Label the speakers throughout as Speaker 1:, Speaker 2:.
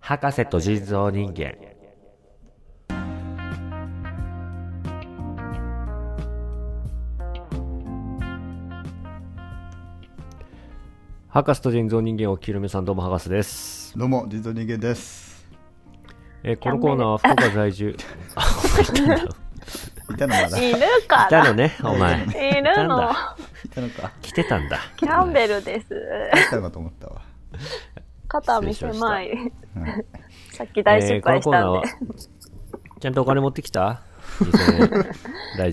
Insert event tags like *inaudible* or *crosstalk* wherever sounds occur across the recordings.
Speaker 1: 博士と人造人間博士と人造人間を切るめさんどうも博士です、
Speaker 2: どうも、人造人間です。
Speaker 1: えーこのコーナーは福岡在住
Speaker 3: *laughs*
Speaker 1: あお前いたんだ
Speaker 2: いたのまだ。い
Speaker 3: 犬か
Speaker 1: いた
Speaker 3: ら
Speaker 1: のねお前
Speaker 3: 犬
Speaker 1: たん
Speaker 3: の
Speaker 1: だ
Speaker 2: たのか。
Speaker 1: 来てたんだ
Speaker 3: キャンベ
Speaker 1: *laughs*
Speaker 3: ルです。
Speaker 2: いたのかと思ったわ。
Speaker 3: 肩身狭い。
Speaker 2: うん
Speaker 3: さっき大失敗したんで。
Speaker 1: えーこのコーナーはちゃんとお金持ってきた ?2000 円
Speaker 3: *laughs*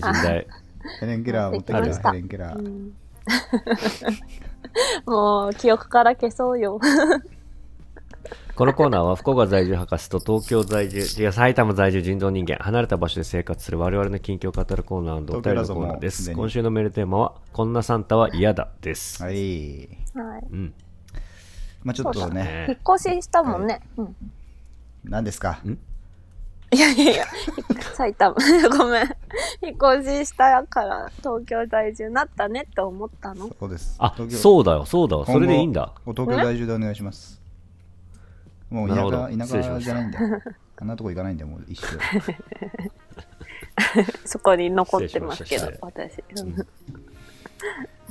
Speaker 1: 大 臣代
Speaker 2: ヘレン・ケラー持ってきた
Speaker 1: 持って
Speaker 3: きました
Speaker 2: ヘレン・ケラ
Speaker 3: う
Speaker 2: ー。
Speaker 3: んもう記憶から消そうよ。
Speaker 1: このコーナーは福岡在住博士と東京在住、いや埼玉在住人造人間、離れた場所で生活する我々の近況を語るコーナーのお便りのコーナーで
Speaker 2: 東京だぞもうす
Speaker 1: す。
Speaker 2: でに
Speaker 1: 今週のメールテーマは、こんなサンタは嫌だです。
Speaker 2: はい。
Speaker 3: はい。
Speaker 1: うん。
Speaker 2: まあちょっとね、
Speaker 3: 引
Speaker 2: *laughs*
Speaker 1: ね
Speaker 3: っ越ししたもんね。うん。
Speaker 2: 何ですか
Speaker 1: ん
Speaker 3: いやいやいや、埼玉、 *laughs* ごめん。引っ越ししたから東京在住になったねって思ったの。
Speaker 2: そうです。
Speaker 1: あ、
Speaker 2: う、
Speaker 1: そうだよ、そうだよ。それでいいんだ。
Speaker 2: 今後お東京在住でお願いします。もう
Speaker 1: なるほど
Speaker 2: 田舎、田
Speaker 1: 失礼しま
Speaker 2: 舎
Speaker 1: し
Speaker 2: じ
Speaker 1: た
Speaker 2: ゃないんだ。あんなとこ行かないんだよ、もう一
Speaker 3: *laughs*
Speaker 2: 生。
Speaker 3: そこに残ってますけど
Speaker 1: 失礼し、
Speaker 3: 私。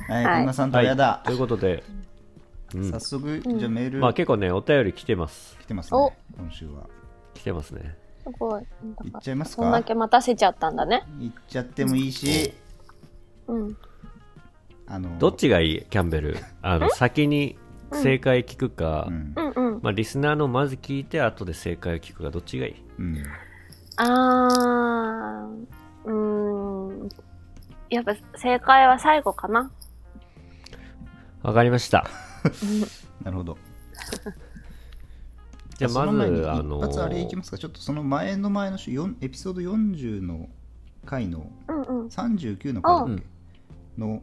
Speaker 2: はい、
Speaker 3: はい
Speaker 2: こんなさんと
Speaker 1: は
Speaker 2: はいやだ
Speaker 1: と。いうことで、うん
Speaker 2: 早速、じゃあメール
Speaker 1: まあ結構ね、お便り来てます。
Speaker 2: 来てます
Speaker 3: お
Speaker 2: ね、今週は。
Speaker 1: 来てますね。
Speaker 3: すごい。
Speaker 2: いっちゃいます
Speaker 3: そんだ
Speaker 2: か
Speaker 3: け待たせちゃったんだね。
Speaker 2: 行っちゃってもいいし、
Speaker 3: うん。
Speaker 2: あの、
Speaker 1: どっちがいいキャンベ
Speaker 2: *laughs*
Speaker 1: ル。あの、先に正解聞くか
Speaker 2: う、ん
Speaker 3: う。んうん。
Speaker 1: まあリスナーのまず聞いて、後で正解を聞くか、どっちがいい
Speaker 2: うん。
Speaker 3: あー、うーん。やっぱ正解は最後かな。
Speaker 1: わかりました。
Speaker 2: なるほど。
Speaker 1: じゃあま
Speaker 2: その前に
Speaker 1: ず、あの
Speaker 2: 一発あれいきますか、ちょっとその前の前の週、よんエピソード40の回の、
Speaker 3: うんうん。
Speaker 2: 39の回だっけの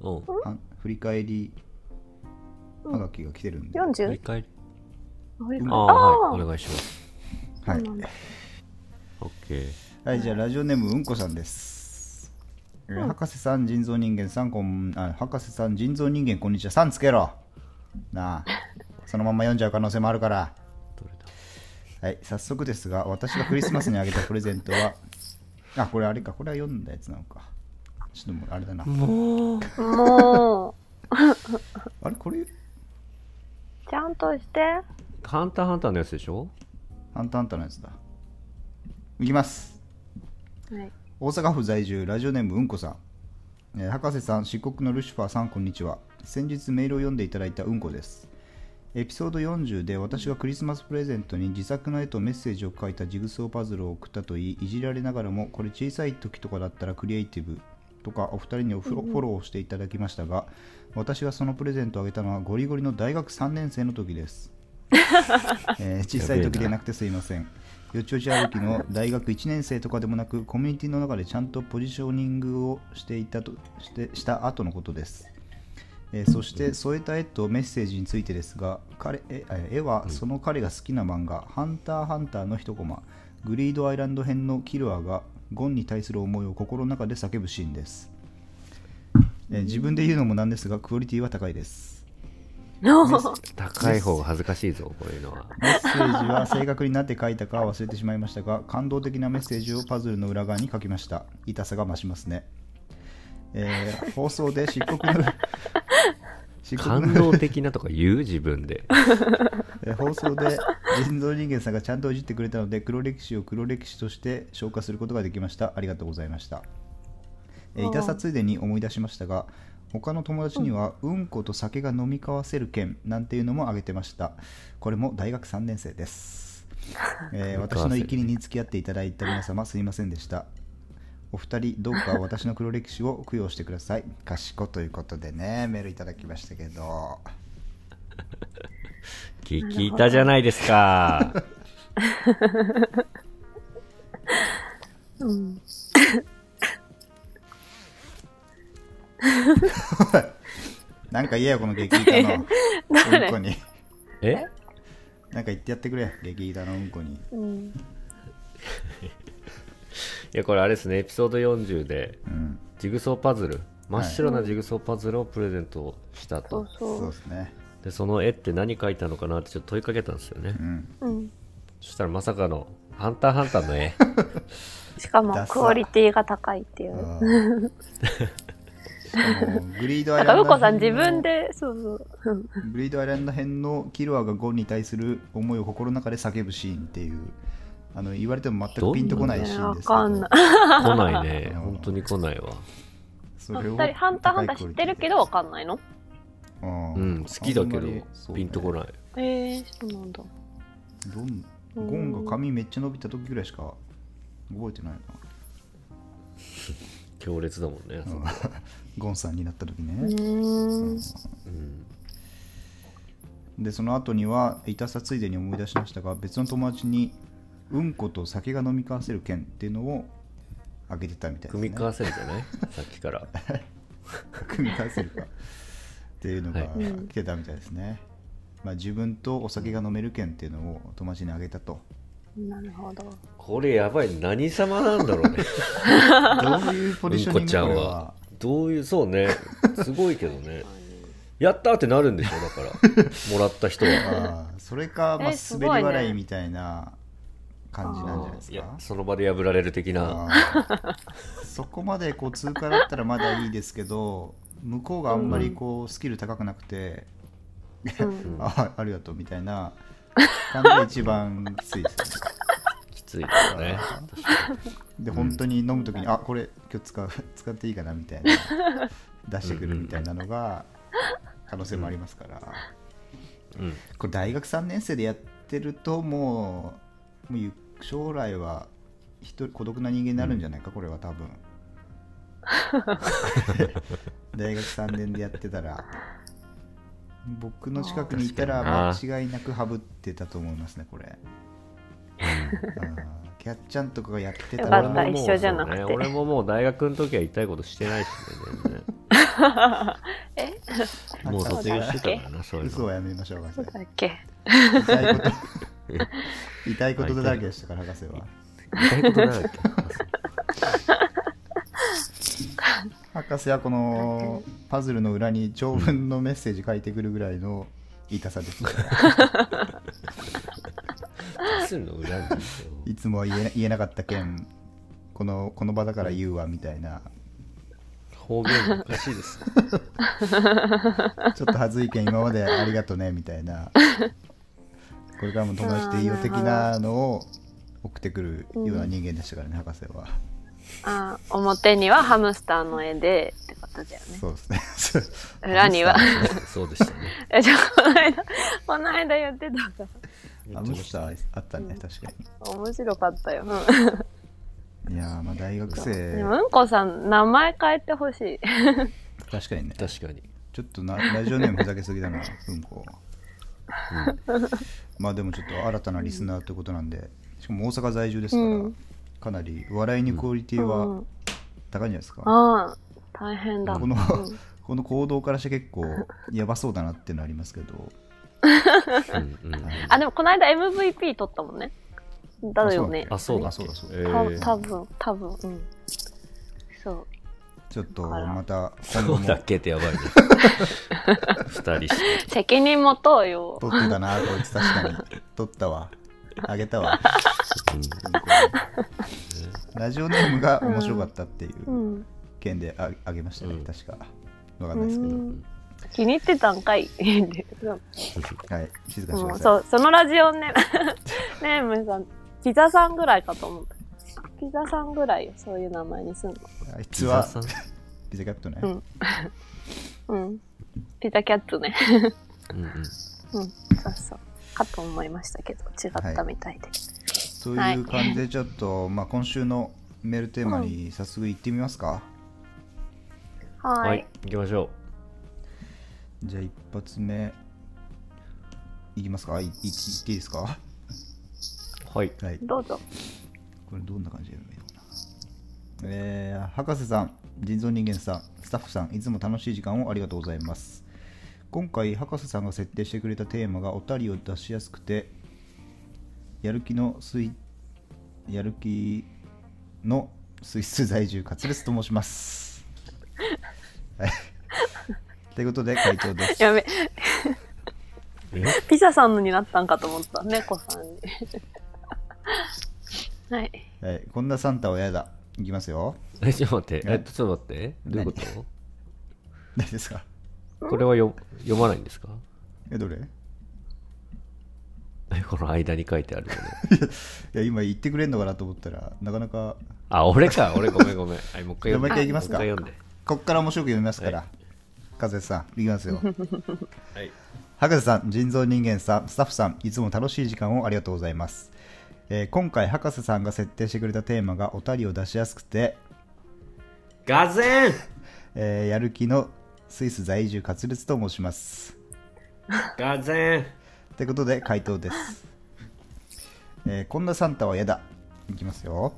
Speaker 1: うん。
Speaker 2: あ振り返りはがきが来てるんで、は
Speaker 3: 40?
Speaker 1: 振り返り
Speaker 2: うん
Speaker 1: ああ
Speaker 3: あ
Speaker 1: はい
Speaker 3: ー
Speaker 1: お願いします
Speaker 3: そう
Speaker 2: い
Speaker 3: な、んだ
Speaker 1: OK
Speaker 2: はい、じゃあラジオネームうんこさんです、えー博士さん人造人間さんこんあ博士さん人造人間こんにちはさんつけろなあそのまま読んじゃう可能性もあるから
Speaker 1: どれだ
Speaker 2: はい早速ですが私がクリスマスにあげたプレゼントはあこれあれかこれは読んだやつなのかちょっともうあれだな
Speaker 1: もう
Speaker 3: も
Speaker 2: あれこれ
Speaker 3: う、ちゃんとして。
Speaker 1: 「ハンターハンター」のやつでしょ
Speaker 2: ハンターハンターのやつだ。いきます。
Speaker 3: *laughs* はい。
Speaker 2: 大阪府在住、ラジオネームうんこさん。えー博士さん、漆黒のルシファーさん、こんにちは。先日メールを読んでいただいたうんこです。エピソード40で私がクリスマスプレゼントに自作の絵とメッセージを書いたジグソーパズルを送ったと言い、いじられながらも、これ小さい時とかだったらクリエイティブとかお二人におフォロフォローをしていただきましたが、私がそのプレゼントをあげたのはゴリゴリの大学3年生の時です。えー小さい時でなくてすいません。よちよち歩きの大学1年生とかでもなく、コミュニティの中でちゃんとポジショニングをしていたとしてした後のことです。えーそして添えた絵とメッセージについてですが彼ええ絵はその彼が好きな漫画「ハンターハンター」の一コマグリードアイランド編のキルアがゴンに対する思いを心の中で叫ぶシーンです、えー自分で言うのもなんですがクオリティは高いです
Speaker 1: 高い方が恥ずかしいぞこういうのは
Speaker 2: メッセージは正確になって書いたかは忘れてしまいましたが感動的なメッセージをパズルの裏側に書きました痛さが増しますね、えー放送で漆黒の漆黒の
Speaker 1: 感動的なとか言う自分で
Speaker 2: えー放送で人造人間さんがちゃんといじってくれたので黒歴史を黒歴史として消化することができましたありがとうございました、えー
Speaker 3: あー
Speaker 2: 痛さついでに思い出しましたが他の友達にはうんこと酒が飲み交わせる券なんていうのもあげてましたこれも大学3年生です、えー
Speaker 1: 飲み交わせる
Speaker 2: 私の生きりに付き合っていただいた皆様すいませんでしたお二人どうか私の黒歴史を供養してください賢ということでねメールいただきましたけど
Speaker 1: 聞きたじゃないですか
Speaker 2: *laughs*
Speaker 3: うん。
Speaker 2: なんか言えよ、この激イタ
Speaker 3: *laughs*
Speaker 2: のうんこに。
Speaker 1: え
Speaker 2: なんか言ってやってくれ、激イタのうんこに。
Speaker 3: うん。
Speaker 1: いやこれあれですねエピソード40で
Speaker 2: うん、
Speaker 1: ジグソーパズル真っ白なジグソーパズルをプレゼントした
Speaker 3: そ
Speaker 1: と、
Speaker 3: う
Speaker 2: そう
Speaker 3: そ
Speaker 2: で
Speaker 3: う。
Speaker 2: すね。
Speaker 1: でその絵って何描いたのかなってちょっと問いかけたんですよね、
Speaker 2: うん
Speaker 3: うん。
Speaker 1: そしたらまさかの「ハンターハンター」の絵
Speaker 3: しかも
Speaker 2: ダサ
Speaker 3: クオリティが高いってい
Speaker 2: あ
Speaker 3: う。 *laughs*
Speaker 2: ーしかもグリードア
Speaker 3: な
Speaker 2: イ
Speaker 3: んか、
Speaker 2: ラン
Speaker 3: う
Speaker 2: ド
Speaker 3: こさん
Speaker 2: 編
Speaker 3: 自
Speaker 2: の
Speaker 3: 分で、そうそう。うん
Speaker 2: グリードアイランド編のキロアがゴンに対する思いを心の中で叫ぶシーンっていうあの言われても全くピンとこないシーン
Speaker 3: わ
Speaker 2: ですけど
Speaker 3: かんない。
Speaker 1: 来ないね
Speaker 2: うん
Speaker 1: 本当に来ないわ
Speaker 2: そ
Speaker 3: あ
Speaker 2: れを
Speaker 3: 二人ハンターハンター知ってるけどわかんないの
Speaker 2: うん
Speaker 1: うん好きだけ
Speaker 2: あんまり
Speaker 1: ど
Speaker 2: そうね
Speaker 1: ピンとこない
Speaker 3: ええそうなんだ。
Speaker 2: どんゴンが髪めっちゃ伸びた時ぐらいしか覚えてないな
Speaker 1: 強烈だもんね、あそこ
Speaker 2: ゴンさんになった時
Speaker 3: う
Speaker 2: ね、
Speaker 3: ーん。
Speaker 1: うん、
Speaker 2: でその後にはいたさついでに思い出しましたが別の友達にうんこと酒が飲み交わせる券っていうのをあげてたみたいですね
Speaker 1: 組み交わせるじゃない *laughs* さっきから
Speaker 2: 組み合わせるかっていうのが
Speaker 1: はい
Speaker 2: 来てたみたいですね、まあ、自分とお酒が飲める券っていうのを友達にあげたと
Speaker 3: なるほど。
Speaker 1: これやばい何様なんだろうね
Speaker 2: どういうポ
Speaker 1: う
Speaker 2: ジシ
Speaker 1: ん
Speaker 2: ョニ
Speaker 1: こ
Speaker 2: ング
Speaker 1: ちゃ
Speaker 2: こ
Speaker 1: ん
Speaker 2: れ
Speaker 1: はどういうそうねすごいけどねやったーってなるんでしょだからもらった
Speaker 2: *laughs*
Speaker 1: 人は
Speaker 2: ああそれか、まあ、
Speaker 3: えすごいね
Speaker 2: 滑り笑いみたいな感じなんじゃないです
Speaker 1: いや
Speaker 2: か
Speaker 1: その場で破られる的な
Speaker 2: ああそこまでこう通過だったらまだいいですけど向こうがあんまりこうスキル高くなくて、
Speaker 3: うん。
Speaker 2: あありがとうみたいな感じが一番きついですよね
Speaker 1: きついですね
Speaker 2: *laughs* で本当に飲む時に、あこれ今日使う使っていいかなみたいな出してくるみたいなのが可能性もありますから、
Speaker 1: うん
Speaker 2: これ大学3年生でやってるともうもうゆ将来は一人孤独な人間になるんじゃないか、これは多分大学3年でやってたら僕の近くにいたら
Speaker 1: 確
Speaker 2: 間違いなくハブってたと思いますねこれ、うんキャッチャンとかがやってた
Speaker 3: よかった
Speaker 1: 俺も
Speaker 2: ら
Speaker 1: もう
Speaker 3: 一緒じゃなくて
Speaker 1: そうね俺ももう大学の時は痛いことしてないしね全然
Speaker 3: え
Speaker 1: もう卒業してたからなそういう
Speaker 2: 嘘
Speaker 1: の
Speaker 2: はやめましょう博士
Speaker 3: そうだっけ
Speaker 2: 痛
Speaker 1: *laughs*
Speaker 2: いこと痛いことだらけでしたから博士は
Speaker 1: 痛いことないけ
Speaker 2: *laughs* 博士はこのパズルの裏に長文のメッセージ書いてくるぐらいの痛さ
Speaker 3: *laughs*
Speaker 2: ですから
Speaker 1: どするの裏に
Speaker 2: いつもは言え言えなかった件このこの場だから言うわみたいな
Speaker 1: 方言がおかしい
Speaker 2: *laughs*
Speaker 1: です
Speaker 2: ちょっと恥ずいけん今までありがとねみたいなこれからも友達でいいよ的なのを送ってくるような人間でしたからね博士は
Speaker 3: あー表にはハムスターの絵でってことだよね。
Speaker 2: そうですね
Speaker 3: 裏には。
Speaker 1: そうでしたね
Speaker 3: え、じゃあこの間、この間言ってたか
Speaker 2: ハムスターあったね確かに
Speaker 3: ら。面白かったよ。うん
Speaker 2: いやーまあ大学
Speaker 3: で
Speaker 2: 生
Speaker 3: も、うんこさん、名前変えてほしい。
Speaker 2: 確かにね
Speaker 1: 確かに
Speaker 2: ちょっとなラジオネームふざけすぎだなうんこ、まあでもちょっと新たなリスナーってことなんでしかも大阪在住ですから、
Speaker 3: うん
Speaker 2: かなり笑いにクオリティ
Speaker 3: う
Speaker 2: は高い
Speaker 3: ん
Speaker 2: んじゃないですか、
Speaker 3: ああ、大変だ。
Speaker 2: この
Speaker 3: うん
Speaker 2: *laughs* この行動からして結構やばそうだなっていうのありますけど
Speaker 1: うんうん *laughs* うん
Speaker 3: あ、でもこの間 MVP 取ったもんね。だよね。
Speaker 1: あそうだ
Speaker 2: あそうだそうだ
Speaker 1: え
Speaker 3: た
Speaker 1: ー
Speaker 3: 多分多分うん。そう。
Speaker 2: ちょっと
Speaker 3: あら
Speaker 2: また
Speaker 1: そ
Speaker 2: 今後
Speaker 1: うだっ
Speaker 2: も
Speaker 1: けってやばい *laughs* ね二人して
Speaker 3: 責任持とうよ。
Speaker 2: 撮ってたなこいつ確かに *laughs* 撮ったわあげたわ、うんこラジオネームが面白かったっていう、
Speaker 3: うん。
Speaker 2: 件でああげましたね、
Speaker 1: うん
Speaker 2: 確か。わかんないですけど、
Speaker 3: うん気に入ってたんかい。 *laughs* そう
Speaker 2: はい、静かにしてく
Speaker 3: も
Speaker 2: ださ
Speaker 3: う
Speaker 2: い。
Speaker 3: そうそのラジオ *laughs* ネームネームさんピザさんぐらいかと思った。ピザさんぐらいよそういう名前にすんの。
Speaker 2: あいつは
Speaker 1: ピザさん
Speaker 2: ピザキャットね、
Speaker 3: うんうん。ピザキャッツね。 *laughs*
Speaker 1: うんうん
Speaker 3: うん。そうそう。かと思いましたけど違ったみたいで。
Speaker 2: そういう感じでちょっと、まあ今週のメールテーマに早速行ってみますか。
Speaker 3: は
Speaker 1: は
Speaker 3: ー
Speaker 1: い
Speaker 3: い。
Speaker 1: 行きましょ
Speaker 2: じゃあ一発目いきますか。いいい行っていいですか。は
Speaker 1: うはい
Speaker 2: い。
Speaker 3: どうぞ。
Speaker 2: これどんな感じで読めるのかな。えー博士さん、人造人間さん、スタッフさん、いつも楽しい時間をありがとうございます。今回、博士さんが設定してくれたテーマがおたりを出しやすくて、やる気のスイやる気のスイス在住、カツレツと申します。はいということで、回答です。
Speaker 3: やべ。 *laughs* ピザさんのになったんかと思った。猫さんに。 *laughs* はい。
Speaker 2: はい、こんなサンタは嫌だ。いきますよ。
Speaker 1: えちょっと待って、
Speaker 2: え
Speaker 1: えっと、ちょっと待って、どういうこ
Speaker 2: 何ですか
Speaker 1: とこれはよ読まないんですか *laughs*
Speaker 2: え、どれい *laughs*
Speaker 1: えこの間に書いてあるよね。
Speaker 2: や、今言ってくれんのかなと思ったら、なかなか、
Speaker 1: あ、俺か、俺ごめんごめん。はい、もう一回読んで。
Speaker 2: じゃあもう一回いきますか
Speaker 1: もう一回読んで。
Speaker 2: こっから面白く読みますから。風さん、いきますよ。
Speaker 1: は
Speaker 2: *laughs*
Speaker 1: い。
Speaker 2: 博士さん、人造人間さん、スタッフさん、いつも楽しい時間をありがとうございます。えー今回、博士さんが設定してくれたテーマがおたりを出しやすくて、
Speaker 1: ガゼン
Speaker 2: えーやる気のスイス在住滑裂と申します。
Speaker 1: ガゼン
Speaker 2: ということで、回答です。 *laughs* えーこんなサンタは嫌だ。いきますよ。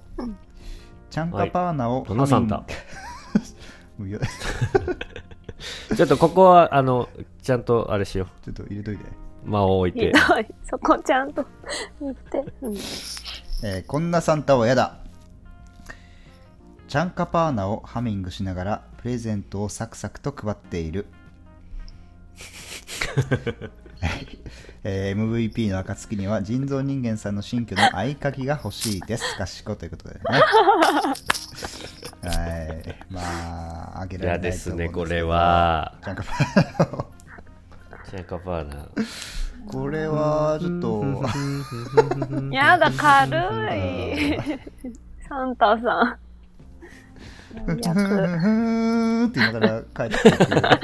Speaker 2: ちゃんかパーナを、
Speaker 1: どんなサンタ
Speaker 2: *laughs* もうよ
Speaker 1: ちょっとここは、あの、ちゃんとあれしよ
Speaker 2: ちょっと入れといて。
Speaker 1: う。間を置い
Speaker 3: ひ
Speaker 1: て。
Speaker 3: どい。そこちゃんと言って。うん
Speaker 2: えーこんなサンタは嫌だチャンカパーナをハミングしながらプレゼントをサクサクと配っている、 *laughs* えー MVP の暁には人造人間さんの新居の合鍵が欲しいです賢いということで
Speaker 1: *laughs*
Speaker 2: ねはいまああげら
Speaker 1: 嫌
Speaker 2: れな
Speaker 1: で
Speaker 2: いと
Speaker 1: す
Speaker 2: 思うん
Speaker 1: ね、
Speaker 2: ですけど
Speaker 1: これは。
Speaker 2: チャンカパーナを
Speaker 1: シャンカパーナ。
Speaker 2: これはちょっと
Speaker 3: やだ、軽い。 *laughs* サンタさん。
Speaker 2: ふんふ
Speaker 3: 最
Speaker 2: んふんって言いながら帰ってくる
Speaker 3: 悪。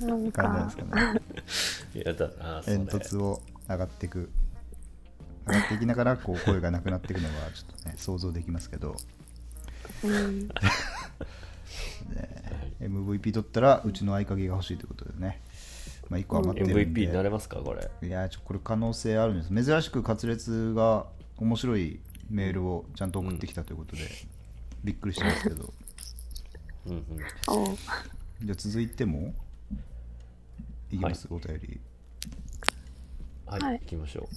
Speaker 3: なん
Speaker 2: 感じなん
Speaker 3: か
Speaker 2: です。かね
Speaker 1: 嫌だな、それ
Speaker 2: 煙。突を上がっていく上がっていきながらこう声がなくなっていくのはちょっとね想像できますけど、 *laughs*
Speaker 3: うん
Speaker 2: ね MVP 取ったらうちの合鍵が欲しいということでね、まあ、1個余ってるん
Speaker 1: MVP
Speaker 2: で、
Speaker 1: になれますか、これ。
Speaker 2: いやーちょこれ可能性あるんです珍しく滑裂が面白いメールをちゃんと送ってきたということで、びっくりしてますけど
Speaker 1: うんうん。
Speaker 3: おう
Speaker 2: じゃあ続いてもいきます、お便り
Speaker 1: はい、
Speaker 3: はい
Speaker 1: 行きましょう。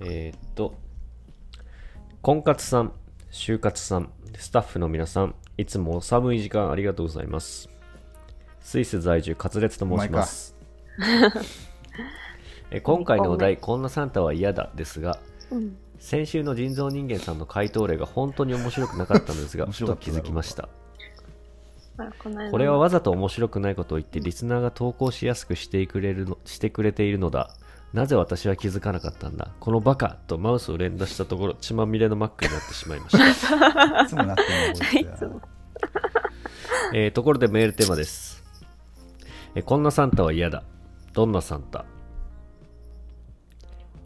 Speaker 1: えーっと、婚活さん、就活さん、スタッフの皆さん、いつもお寒い時間ありがとうございます。スイス在住、カツレツと申します。 *laughs* え今回のお題、こんなサンタは嫌だですが、
Speaker 3: うん
Speaker 1: 先週の人造人間さんの回答例が本当に面白くなかったのですが、
Speaker 2: 面
Speaker 1: ふ
Speaker 2: 白か
Speaker 1: と
Speaker 2: った
Speaker 1: 気
Speaker 2: な
Speaker 1: づきました。
Speaker 3: あこの間
Speaker 1: これはわざと面白くないことを言ってリスナーが投稿しやすくしてくれるのしてくれているのだなぜ私は気づかなかったんだこのバカとマウスを連打したところ血まみれのマックになってしまいました
Speaker 2: いつもなってるのこいつ
Speaker 3: *laughs* いつも
Speaker 1: えーところでメールテーマです、えーこんなサンタは嫌だどんなサンタ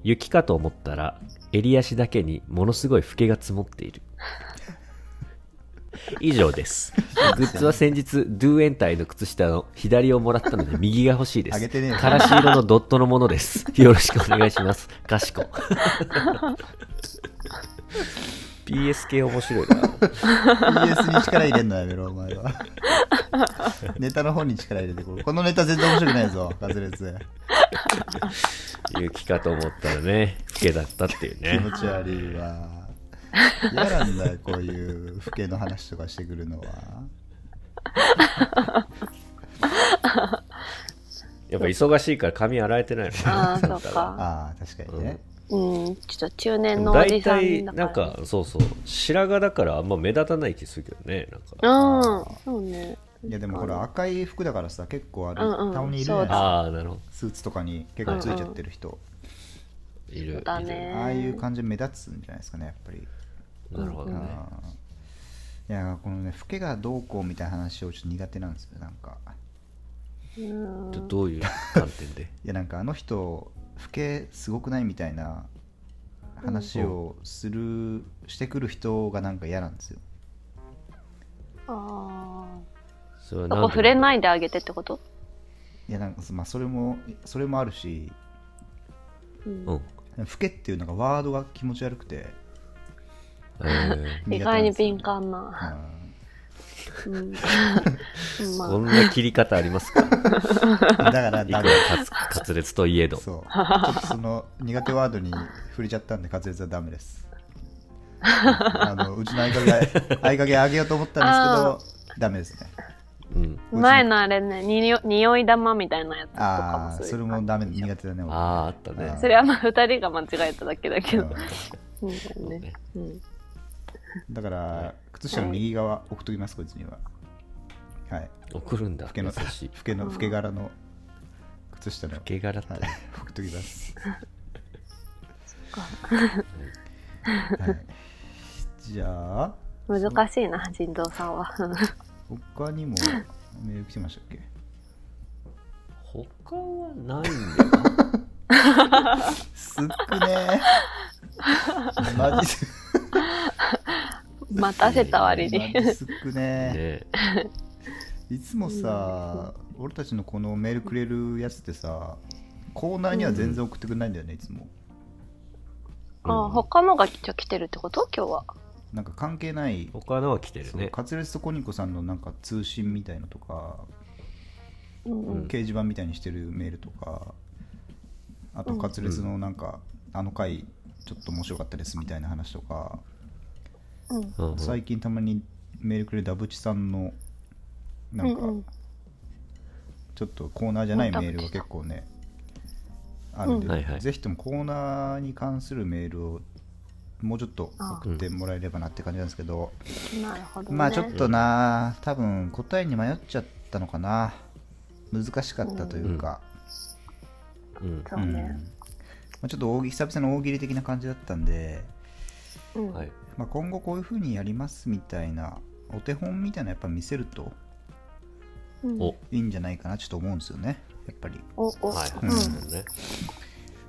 Speaker 1: 雪かと思ったら襟足だけにものすごいフケが積もっている以上ですグッズは先日ドゥエンタイの靴下の左をもらったので右が欲しいです
Speaker 2: あげてねえよ
Speaker 1: からし色のドットのものですよろしくお願いしますかし
Speaker 2: *laughs*
Speaker 1: こ PSK 面白いな
Speaker 2: PS に力入れんのやめろ、お前は。 *laughs* ネタの方に力入れてこうこのネタ全然面白くないぞ、カズレツ。
Speaker 1: 雪かと思ったらねフケだったっていう
Speaker 2: 気
Speaker 1: ね
Speaker 2: 持ち悪いわ。嫌なんだよ、こういう不敬の話とかしてくるのは。
Speaker 1: やっぱ忙しいから髪洗えてないの
Speaker 3: ああ
Speaker 1: サン
Speaker 3: そ
Speaker 1: タ
Speaker 3: う
Speaker 1: は
Speaker 2: *laughs*
Speaker 3: か
Speaker 2: ああ、確かにね。
Speaker 3: うんちょっと中年のお
Speaker 1: 大
Speaker 3: じさ
Speaker 1: 体
Speaker 3: ん
Speaker 1: な
Speaker 3: だ
Speaker 1: ん
Speaker 3: から
Speaker 1: かそうそう白髪だからあんま目立たない気するけどねなんか
Speaker 3: うんそうね
Speaker 2: いや、でもほら、赤い服だからさ、結構あれ、
Speaker 3: うんうん
Speaker 2: 顔にいるじゃないですか。
Speaker 1: ああなるほ
Speaker 2: スーツとかに結構ついちゃってる人。
Speaker 1: どいる
Speaker 3: だ
Speaker 1: い
Speaker 3: ね
Speaker 2: ああいう感じ目立つんじゃないですかね、やっぱり。
Speaker 1: るなるほどね
Speaker 2: ああいや、このね、老けがどうこうみたいな話をちょっと苦手なんですよ、なんか。
Speaker 3: うん
Speaker 1: どどういう観点
Speaker 3: *laughs*
Speaker 1: で
Speaker 2: いやなんかあの人老けすごくないみたいな話をする、してくる人がなんか嫌なんですよ
Speaker 3: あ
Speaker 1: それは
Speaker 3: あそ
Speaker 1: なん
Speaker 3: こ
Speaker 1: で
Speaker 3: 触れ
Speaker 1: い
Speaker 3: ないであげてってこと
Speaker 2: いやなんか、まあ、それもそれもあるし
Speaker 3: うん
Speaker 1: うん、
Speaker 2: 老けっていうのがワードが気持ち悪くて
Speaker 1: えー
Speaker 2: 苦
Speaker 3: 意
Speaker 2: 手な
Speaker 3: 外
Speaker 2: ん
Speaker 3: に
Speaker 2: ですよ
Speaker 3: 敏感な。うん
Speaker 1: *laughs*
Speaker 3: ま
Speaker 1: こ
Speaker 3: あ
Speaker 1: んな切り方あります
Speaker 2: *laughs*
Speaker 1: か
Speaker 2: うんだから
Speaker 1: いくら
Speaker 2: ダメ
Speaker 1: カツカツレツといえど
Speaker 2: そうちょっとその苦手ワードに触れちゃったんで滑舌はダメです
Speaker 3: *laughs*
Speaker 2: あのうちの合鍵が合鍵あげようと思ったんですけどダメですね
Speaker 1: うん。
Speaker 3: 前のあれね、ににお匂い玉みたいなやつとか
Speaker 2: ああ
Speaker 3: も
Speaker 2: ー
Speaker 3: す
Speaker 2: そ
Speaker 3: る
Speaker 2: れもダメ苦手だね俺
Speaker 1: ああ、あったね。
Speaker 3: それはまあ2人が間違えただけだけ
Speaker 2: う
Speaker 3: ど
Speaker 2: ん。
Speaker 3: そうだよね。うん。
Speaker 2: だから靴下の右側置くときますこいつにははい
Speaker 1: 送るんだ。
Speaker 2: ふけ
Speaker 1: 優
Speaker 2: の
Speaker 1: しい。
Speaker 2: ふけのふけ柄の靴下の
Speaker 1: 毛柄っ
Speaker 2: は
Speaker 1: て
Speaker 2: い
Speaker 1: ね。
Speaker 2: 置くときます
Speaker 3: か
Speaker 2: はいじゃあ
Speaker 3: 難しいな、人造さんは。
Speaker 2: 他にもメール来てましたっけ
Speaker 1: 他はないんだよな。
Speaker 2: すっくねーマジす
Speaker 3: 待たせた割に。
Speaker 2: マジすっく *laughs* ね
Speaker 1: ね
Speaker 2: ーいつもさ俺たちのこのメールくれるやつってさコーナーには全然送ってくれないんだよねいつも
Speaker 3: ああ、他のがじゃあ来てるってこと今日は。
Speaker 2: なんか関係ない
Speaker 1: 他のは来てる
Speaker 2: そう
Speaker 1: ね。
Speaker 2: カツレツとコニコさんのなんか通信みたいのとか
Speaker 3: うんうん
Speaker 1: ん
Speaker 2: 掲示板みたいにしてるメールとかあと
Speaker 3: うん
Speaker 2: カツレツのなんか、あの回ちょっと面白かったですみたいな話とか、
Speaker 3: うん
Speaker 1: うんうん
Speaker 2: 最近たまにメールくれるダブチさんのな
Speaker 3: うんん
Speaker 2: か
Speaker 3: うん。
Speaker 2: ちょっとコーナーじゃないメ
Speaker 3: うん
Speaker 2: ールが結構ねあるんで、
Speaker 1: うんはいはい
Speaker 2: ぜひともコーナーに関するメールをもうちょっと送ってもらえればなって感じなんですけど、
Speaker 3: なるほどね。
Speaker 2: まあちょっとな多分答えに迷っちゃったのかな難しかったというか、
Speaker 1: うん。
Speaker 3: そうね。
Speaker 2: まあ、ちょっと大喜利久々の大喜利的な感じだったんで、
Speaker 3: うん。
Speaker 1: はい。
Speaker 2: まあ、今後こういう風にやりますみたいなお手本みたいなやっぱ見せると
Speaker 3: うん
Speaker 1: お、
Speaker 2: いいんじゃないかなちょっと思うんですよねやっぱり。
Speaker 3: お、お。
Speaker 1: はい。
Speaker 3: う。
Speaker 1: そうんだね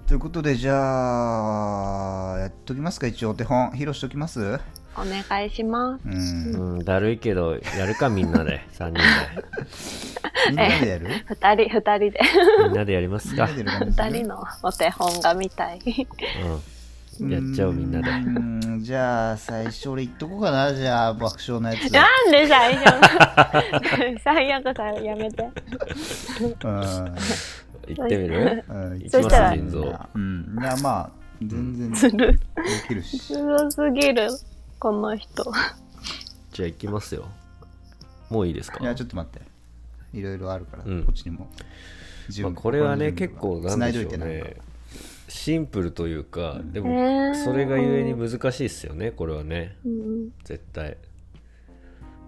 Speaker 2: ということでじゃあやっときますか一応お手本披露しときます
Speaker 3: お願いします。
Speaker 2: うん
Speaker 1: うん、だるいけど、やるかみんな
Speaker 2: *laughs*
Speaker 1: で、3人
Speaker 2: みんなでやる
Speaker 3: 二人、二人で。
Speaker 1: で。みんなでやりま
Speaker 2: み
Speaker 1: す
Speaker 2: んな
Speaker 1: か。
Speaker 2: でやる感じ
Speaker 3: 二人のお手本が見たい。
Speaker 1: うん。やっちゃおうみんなで。
Speaker 2: うんじゃあ最初俺言っとこうかなじゃあ爆笑のやつ
Speaker 3: なんで最初最悪さ、やめて。
Speaker 2: う
Speaker 1: 行ってみる
Speaker 2: んうん
Speaker 1: 行
Speaker 3: きます
Speaker 1: 腎臓
Speaker 2: うんいやまあ全然
Speaker 3: ず
Speaker 2: で
Speaker 3: る。
Speaker 2: きるし
Speaker 1: *laughs*
Speaker 3: ずるすぎる。この人。
Speaker 1: じゃあ行きますよ。もういいですか
Speaker 2: いやちょっと待っていろいろあるから、
Speaker 1: うん
Speaker 2: こっちにも準
Speaker 1: まあ、
Speaker 2: 備
Speaker 1: これはね
Speaker 2: 心
Speaker 1: 結
Speaker 2: の準
Speaker 1: 構
Speaker 2: 備が
Speaker 1: なんでしょう
Speaker 2: 繋いどいて
Speaker 1: ねシンプルというか、で
Speaker 3: ね
Speaker 1: も
Speaker 3: え
Speaker 1: それがゆえに難しいですよねこれはね
Speaker 3: うん
Speaker 1: 絶対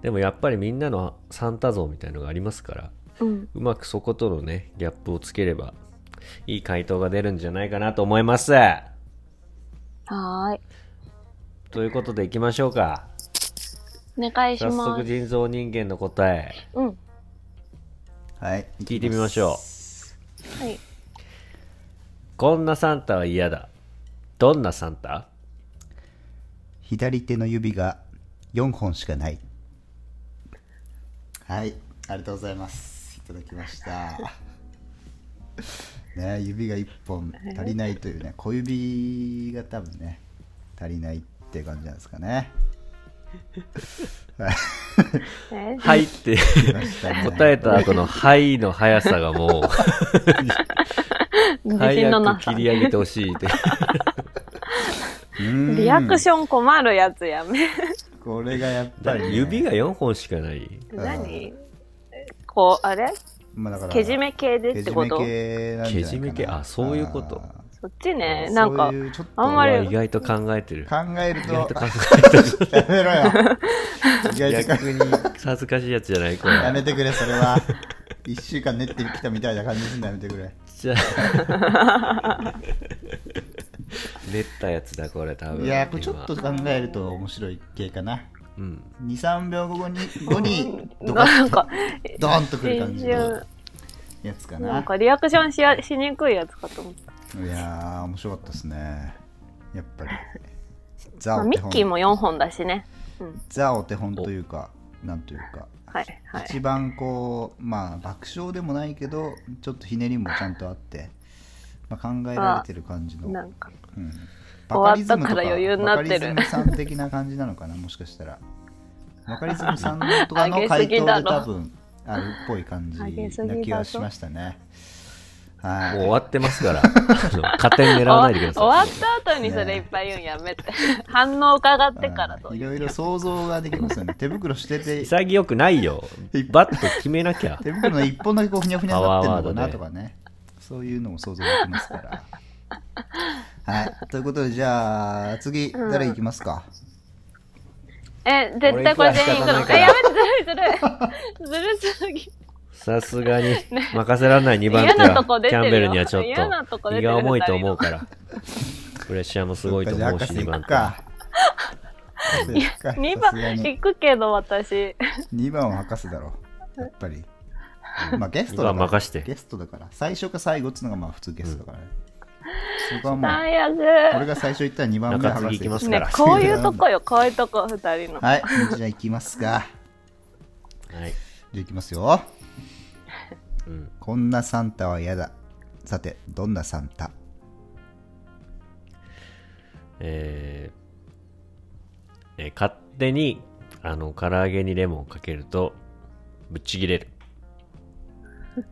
Speaker 1: でもやっぱりみんなのサンタ像みたいのがありますから
Speaker 3: うん。
Speaker 1: うまくそことのねギャップをつければいい回答が出るんじゃないかなと思います
Speaker 3: はーい。
Speaker 1: ということでいきましょうか
Speaker 3: お願いし
Speaker 1: 早
Speaker 3: ま
Speaker 1: 速
Speaker 3: す。
Speaker 1: 人造人間の答え
Speaker 3: うん。
Speaker 2: なんかはい
Speaker 1: 聞いてみましょ
Speaker 3: はい。
Speaker 1: うこんなサンタは嫌だどんなサンタ
Speaker 2: 左手の指が4本しかないはいありがとうございますいただきましたね指が1本足りないというね小指が多分ね足りないって感じなんです
Speaker 1: *laughs*
Speaker 2: かね
Speaker 3: え
Speaker 1: はいって *laughs*
Speaker 2: 来ましたね
Speaker 1: 答えた後の「はい」の速さがもう
Speaker 3: *laughs* 自信
Speaker 1: 早
Speaker 3: のな
Speaker 1: く
Speaker 3: さ
Speaker 1: 切。り上げてほしいって。
Speaker 2: うん
Speaker 3: リアクション困るやつやめ。
Speaker 2: これがやっぱりね、
Speaker 1: *laughs* 指が4本しかない。
Speaker 3: 何こう、あれ
Speaker 2: まあだから
Speaker 3: けじめ系で
Speaker 2: け
Speaker 3: って
Speaker 2: じ
Speaker 3: こ
Speaker 2: め
Speaker 3: と
Speaker 2: 系なんじゃないかな
Speaker 1: けじめ系あそういうこと
Speaker 2: あ
Speaker 3: そっち
Speaker 2: ー
Speaker 3: ね。なんか
Speaker 2: そう、いうちょっと
Speaker 3: あんまり
Speaker 1: うわ意外と考えてる。
Speaker 2: 考えると
Speaker 1: 意外と考
Speaker 2: やめろよ
Speaker 3: *laughs*
Speaker 2: 意
Speaker 1: えてる。
Speaker 2: 外と考え
Speaker 1: 逆に恥ずかしいやつじゃないこれ。
Speaker 2: やめてくれ、それは。1週間練ってきたみたいな感じすんのやめてくれ。
Speaker 1: じゃあ。練ったやつだこれ多分。
Speaker 2: いや、これちょっと
Speaker 1: 今
Speaker 2: 考えると面白い系かな。
Speaker 1: うん。
Speaker 2: 2、3秒後
Speaker 3: *laughs*
Speaker 2: に、後に、ドカ
Speaker 3: なんか、
Speaker 2: ッドーンとくる感
Speaker 3: 先
Speaker 2: じの
Speaker 3: 週、
Speaker 2: やつか
Speaker 3: な
Speaker 2: な。
Speaker 3: んかリアクションしやしにくいやつかと思った。
Speaker 2: いやー、面白かったですね。やっぱり。
Speaker 3: ま
Speaker 2: ザ
Speaker 3: あ、
Speaker 2: お
Speaker 3: ミ
Speaker 2: 手
Speaker 3: ッキー
Speaker 2: 本。
Speaker 3: も4本だしね。うん。
Speaker 2: ザお手本というか、なんというか。
Speaker 3: はい。はい。
Speaker 2: 一番こう、まあ、爆笑でもないけど、ちょっとひねりもちゃんとあって、まあ、考えられてる感じの。
Speaker 3: なんか、
Speaker 2: うん
Speaker 3: 終わったから余裕になってる
Speaker 2: バカリズムさん的な感じなの
Speaker 3: *laughs*
Speaker 2: かな、もしかしたら。バカリズムさんとかの
Speaker 3: 上げす
Speaker 2: 回
Speaker 3: ぎ
Speaker 2: 答
Speaker 3: だ
Speaker 2: で
Speaker 3: ろ
Speaker 2: 多分あるっぽい感じな気がしましたね。
Speaker 1: もう
Speaker 2: はい
Speaker 1: 終わってます
Speaker 3: *laughs*
Speaker 1: から、あの勝手に狙わないでくだ
Speaker 3: 終わ
Speaker 1: さ
Speaker 3: っ
Speaker 1: い。
Speaker 3: た後にそれいっぱい言うんやめて。反応伺ってからと
Speaker 2: はい。いろいろ想像ができますよね。手袋してて、
Speaker 1: 潔くないよ。バッと決めなきゃ。
Speaker 2: 手袋の一本だけこうふにゃふにゃになってるの
Speaker 1: パワ
Speaker 2: か
Speaker 1: ーワード
Speaker 2: な
Speaker 1: で
Speaker 2: とかね。そういうのも想像できます
Speaker 3: *laughs*
Speaker 2: から。はい。ということで、じゃあ、次、
Speaker 3: うん
Speaker 2: 誰行きますか。
Speaker 3: え、絶対これ全員行く
Speaker 1: 俺行
Speaker 3: の。
Speaker 1: く
Speaker 3: え、
Speaker 1: わ
Speaker 3: やめて、ずるいずるい。
Speaker 2: *laughs*
Speaker 3: ずるすぎ。
Speaker 1: さすがに任せられない2番手
Speaker 3: 嫌な
Speaker 1: は、
Speaker 3: とこ出
Speaker 1: キ
Speaker 3: て
Speaker 1: ャ
Speaker 3: るよ
Speaker 1: ンベルにはちょっ
Speaker 3: 嫌なと
Speaker 1: と
Speaker 3: こ出
Speaker 1: 荷
Speaker 3: てる
Speaker 1: が重いと思うから、プレッシャーもすごいと
Speaker 2: じゃあ
Speaker 1: 思う
Speaker 2: 博
Speaker 1: し、
Speaker 2: 士
Speaker 1: 2
Speaker 2: 行
Speaker 1: 番
Speaker 2: く
Speaker 1: 手は。
Speaker 2: か。いや
Speaker 3: 2
Speaker 2: さすが
Speaker 3: 番、
Speaker 2: に
Speaker 3: 行くけど私。
Speaker 2: 2番は博士だろう。やっぱり。
Speaker 1: *laughs*
Speaker 2: まあ、ゲスト
Speaker 1: 2
Speaker 2: だ
Speaker 1: 番
Speaker 2: から。
Speaker 1: 任して。
Speaker 2: ゲストだから。最初か最後っつうのがまあ普通ゲストだからね。そこはもう、
Speaker 3: 最
Speaker 2: 俺
Speaker 3: 悪。
Speaker 2: が最初言ったら2番目は
Speaker 1: 中継
Speaker 2: 博
Speaker 1: ぎ
Speaker 2: 士
Speaker 1: 行きます
Speaker 3: ね、こういうとこよ、こういうとこ、二人の。
Speaker 2: *laughs* はい。じゃあ行きますか。
Speaker 1: はい。
Speaker 2: じゃあ行きますよ。
Speaker 1: うん。
Speaker 2: こんなサンタは嫌だ。さて、どんなサンタ
Speaker 1: えーえー勝手にあの唐揚げにレモンをかけるとぶっちぎれる *laughs*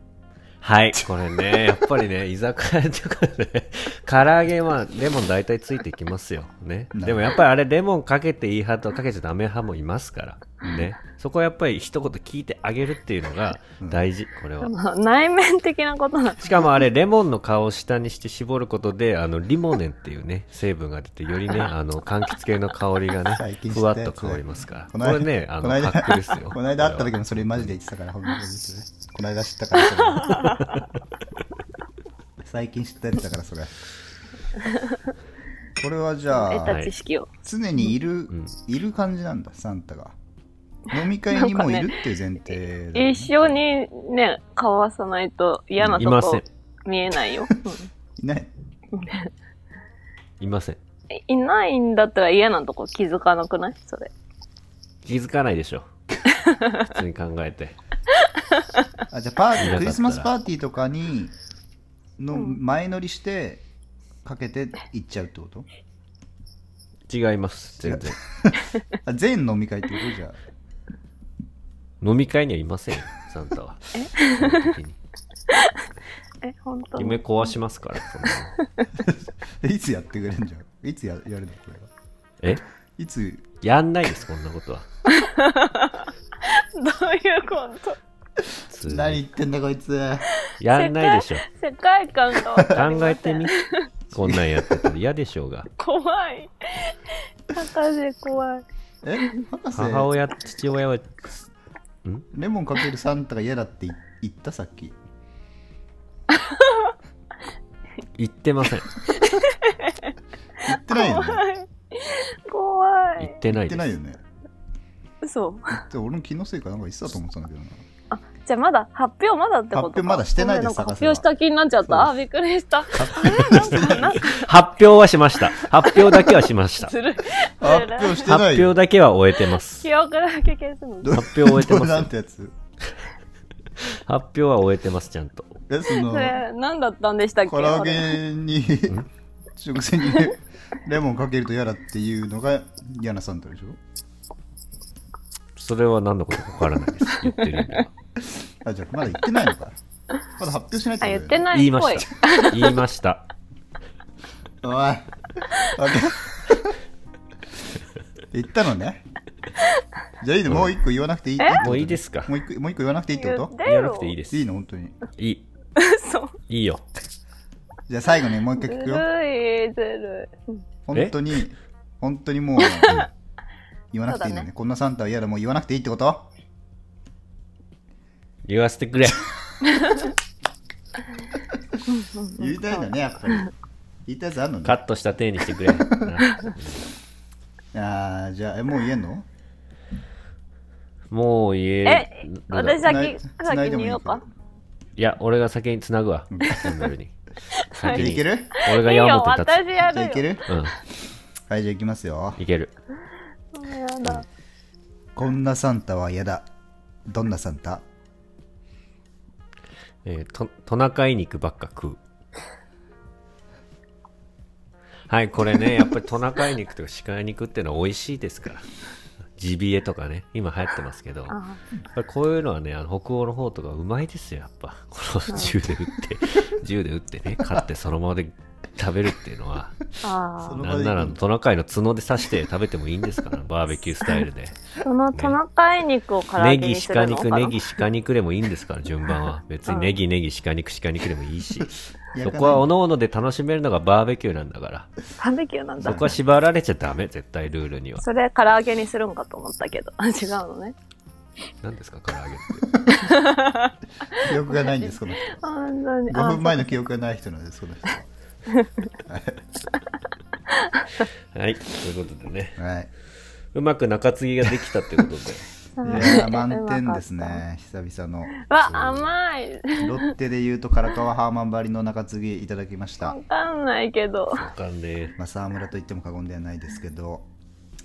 Speaker 1: はいこれねやっぱりね居酒屋とかで唐揚げはレモン大体ついてきますよねでもやっぱりあれレモンかけていい派とかけちゃダメ派もいますからねそこはやっぱり一言聞いてあげるっていうのが大事これは
Speaker 3: もう内面的なことなん
Speaker 1: しかもあれ、レモンの皮を下にして絞ることで、あの、リモネンっていうね、 *laughs* 成分が出て、よ
Speaker 2: *laughs*
Speaker 1: りね、あの、柑橘系の香りが
Speaker 2: 最
Speaker 1: ね
Speaker 2: 近、知っ
Speaker 1: ふ
Speaker 2: た
Speaker 1: わ
Speaker 2: や
Speaker 1: っ
Speaker 2: つ
Speaker 1: と香りますから。
Speaker 2: こ
Speaker 1: こ
Speaker 2: の間
Speaker 1: れね、あの、
Speaker 2: この間
Speaker 1: 格好ですよ。
Speaker 2: この間会った時もそれマジで言ってたから、ほんまにこの間知ったから、それ。最近知ったやつだから、それ。これはじゃ
Speaker 3: 得
Speaker 2: あ、
Speaker 1: は
Speaker 3: た
Speaker 1: い
Speaker 3: 知識を。
Speaker 2: 常にいる、
Speaker 1: ん
Speaker 2: いる感じなんだ、サンタが。飲み会にもういるっていう前提だよね
Speaker 3: 一緒にね、交わさないと嫌ない
Speaker 1: ま
Speaker 3: と
Speaker 1: せ
Speaker 3: こ
Speaker 1: ん。
Speaker 3: 見えないよ。
Speaker 2: いない。
Speaker 1: いません。
Speaker 3: うんいないんだったら嫌なとこ気づかなくないそれ。
Speaker 1: 気づかないでしょ。 *laughs* 普通に考えて。
Speaker 2: あじゃあパー
Speaker 1: いなかった
Speaker 2: ティー
Speaker 1: ら
Speaker 2: クリスマスパーティーとかにの前乗りしてかけて行っちゃうってこと
Speaker 1: 違います、全然。
Speaker 2: あ全飲み会ってことじゃあ *laughs*
Speaker 1: 飲み会にはいませんよ、サンタは。基本 *laughs* 的に
Speaker 3: え、本当
Speaker 1: 夢
Speaker 3: に
Speaker 1: 壊しますから、そんなの
Speaker 2: えいつやってくれるんじゃんいつややるのこれ
Speaker 1: え
Speaker 2: はいつ
Speaker 1: やんないです、こんなことは。
Speaker 3: どういうこと
Speaker 1: 普通に
Speaker 2: 何言ってんだこいつ
Speaker 1: やんないでしょ。
Speaker 3: 世界観がわかり
Speaker 1: 考
Speaker 3: ませ
Speaker 1: えて
Speaker 3: ん
Speaker 1: み。こんなんやってたら嫌でしょうが。
Speaker 3: 怖い。博士怖い。
Speaker 2: え博士
Speaker 1: 母親、父親は、ん
Speaker 2: レモンかけるサンタが嫌だって言言ったさっき
Speaker 1: 言ってません。
Speaker 2: 言ってないよね
Speaker 3: 怖い。怖
Speaker 1: 言っ
Speaker 3: い。
Speaker 1: てな
Speaker 2: 言っ
Speaker 1: い
Speaker 2: て
Speaker 1: で
Speaker 2: ないよ
Speaker 1: す。
Speaker 2: ね
Speaker 3: 嘘。
Speaker 2: で俺の気のせいかなんか言ってたと思ってたんだけどな
Speaker 3: じゃあまだ発表まだってことか
Speaker 2: 発表まだしてないです
Speaker 3: ごめんなん
Speaker 2: 探
Speaker 3: か発
Speaker 2: せば
Speaker 3: 表した気になっちゃ
Speaker 2: そ
Speaker 3: っ
Speaker 2: うです
Speaker 3: た。あ、びっくりした。
Speaker 1: 発表はしました。発表だけはしま
Speaker 2: *laughs*
Speaker 1: した。
Speaker 3: ずるい。
Speaker 2: 発表し
Speaker 1: 発
Speaker 2: てない
Speaker 1: 表
Speaker 2: よ
Speaker 1: だけは終えてます。
Speaker 3: 記憶だけ消すの。
Speaker 2: ど
Speaker 1: 発表を終えてます
Speaker 2: どうなんてやつ
Speaker 1: 発表は終えてます、ちゃんと。
Speaker 2: えその
Speaker 3: それ、何だったんでしたっけ
Speaker 2: カラオケに食前にレモンかけると嫌だっていうのが嫌なサンタでしょ
Speaker 1: それは何のことかわからないです。言ってる意味は。
Speaker 2: あじゃあまだ言ってないのかまだ発表しない
Speaker 3: あ、
Speaker 2: こ
Speaker 3: 言っ
Speaker 2: と
Speaker 3: て
Speaker 2: い
Speaker 3: ない
Speaker 1: 言い
Speaker 3: っ
Speaker 1: ま
Speaker 3: ぽい。
Speaker 1: した。言いました。
Speaker 2: おいあ言ったのねじゃあいいのもう一個言わなくていいってこと
Speaker 1: もういいですか
Speaker 2: もう一個もう一個言わなくていいって
Speaker 3: 言
Speaker 2: こ
Speaker 3: って
Speaker 1: 言わなく
Speaker 3: よ
Speaker 1: て。いいです。
Speaker 2: といい
Speaker 1: い
Speaker 2: の本当に
Speaker 1: い。
Speaker 3: そう。
Speaker 1: いいよ。
Speaker 2: じゃあ最後にもう一
Speaker 3: ず
Speaker 2: 回聞くよ
Speaker 3: るい、ずるい。
Speaker 2: 本当に本当に *laughs* もう言わなくていいのね
Speaker 3: そうだね
Speaker 2: こんなサンタは嫌だもう言わなくていいってこと
Speaker 1: 言わせてくれ。
Speaker 2: 言いたいんだねやっぱり言いたいやつあるのね
Speaker 1: カットした手にしてく
Speaker 3: *laughs*
Speaker 1: れ。な
Speaker 2: あーじゃあえもう言えんの
Speaker 1: もう言え
Speaker 3: え、私
Speaker 1: だ。
Speaker 2: ない
Speaker 3: 先、
Speaker 2: 繋い
Speaker 3: 先
Speaker 2: でも
Speaker 3: に
Speaker 2: いい
Speaker 3: 言おうか。
Speaker 1: いや、俺が先に繋ぐわ。キャンベ
Speaker 3: *laughs*
Speaker 1: ルに。
Speaker 2: じ
Speaker 1: 先
Speaker 2: ゃあ
Speaker 1: に。
Speaker 2: いける
Speaker 1: 俺が
Speaker 3: いい
Speaker 1: 矢
Speaker 3: よ、
Speaker 1: 本に立
Speaker 3: 私や
Speaker 2: じゃあいけ
Speaker 3: るよ。
Speaker 2: る
Speaker 1: つ。うん。
Speaker 2: はいじゃあいきますよ
Speaker 1: いける。
Speaker 3: やだ。
Speaker 2: こんなサンタは嫌だどんなサンタ
Speaker 1: えーと、トナカイ肉ばっか食う。はい、これ
Speaker 3: *laughs*
Speaker 1: ね、やっぱりトナカイ肉とか鹿肉ってのは美味しいですから。ジビエとかね、今流行ってますけど、やっ
Speaker 3: あ
Speaker 1: ぱりこういうのはね、あの北欧の方とかうまいですよ、やっぱ。この銃で撃って。銃で撃ってね、買ってそのままで食べるっていうのは、
Speaker 3: あ
Speaker 2: そ
Speaker 3: あ
Speaker 2: の
Speaker 1: なんならトナカイの角で刺して食べてもいいんですから、バーベキュースタイルで。
Speaker 3: そのトナカイ肉を唐揚
Speaker 1: ネ
Speaker 3: げに
Speaker 1: ギ、
Speaker 3: する
Speaker 1: 鹿
Speaker 3: のか
Speaker 1: 肉、
Speaker 3: な
Speaker 1: ネギ、鹿肉でもいいんですから、順番は。別にネギ、ネギ、鹿肉、鹿肉でもいいし。そこは各々で楽しめるのがバーベキューなんだから。
Speaker 3: バーベキューなん
Speaker 1: そ
Speaker 3: だ
Speaker 1: こは縛られちゃダメ、絶対ルールには。
Speaker 3: それ唐揚げにするんかと思ったけど違うのね
Speaker 1: 何ですか、唐揚げって。
Speaker 2: 記憶がないんですこの人
Speaker 3: 本当に
Speaker 2: 5分前
Speaker 3: あ
Speaker 2: の記憶がない人なんですこの人
Speaker 3: *laughs*
Speaker 2: は
Speaker 1: *laughs* はい、ということでね。
Speaker 2: はい、
Speaker 1: うまく中継ぎができたってことで。 *laughs*
Speaker 3: そう
Speaker 2: いやー満点です
Speaker 3: うまかっ
Speaker 2: ね久々の
Speaker 3: たわ甘い *laughs*
Speaker 2: ロッテで言うと唐川ハーマンばりの中継ぎいただきました
Speaker 3: わかんないけど
Speaker 1: わかんね
Speaker 2: まあ沢村と言っても過言ではないですけど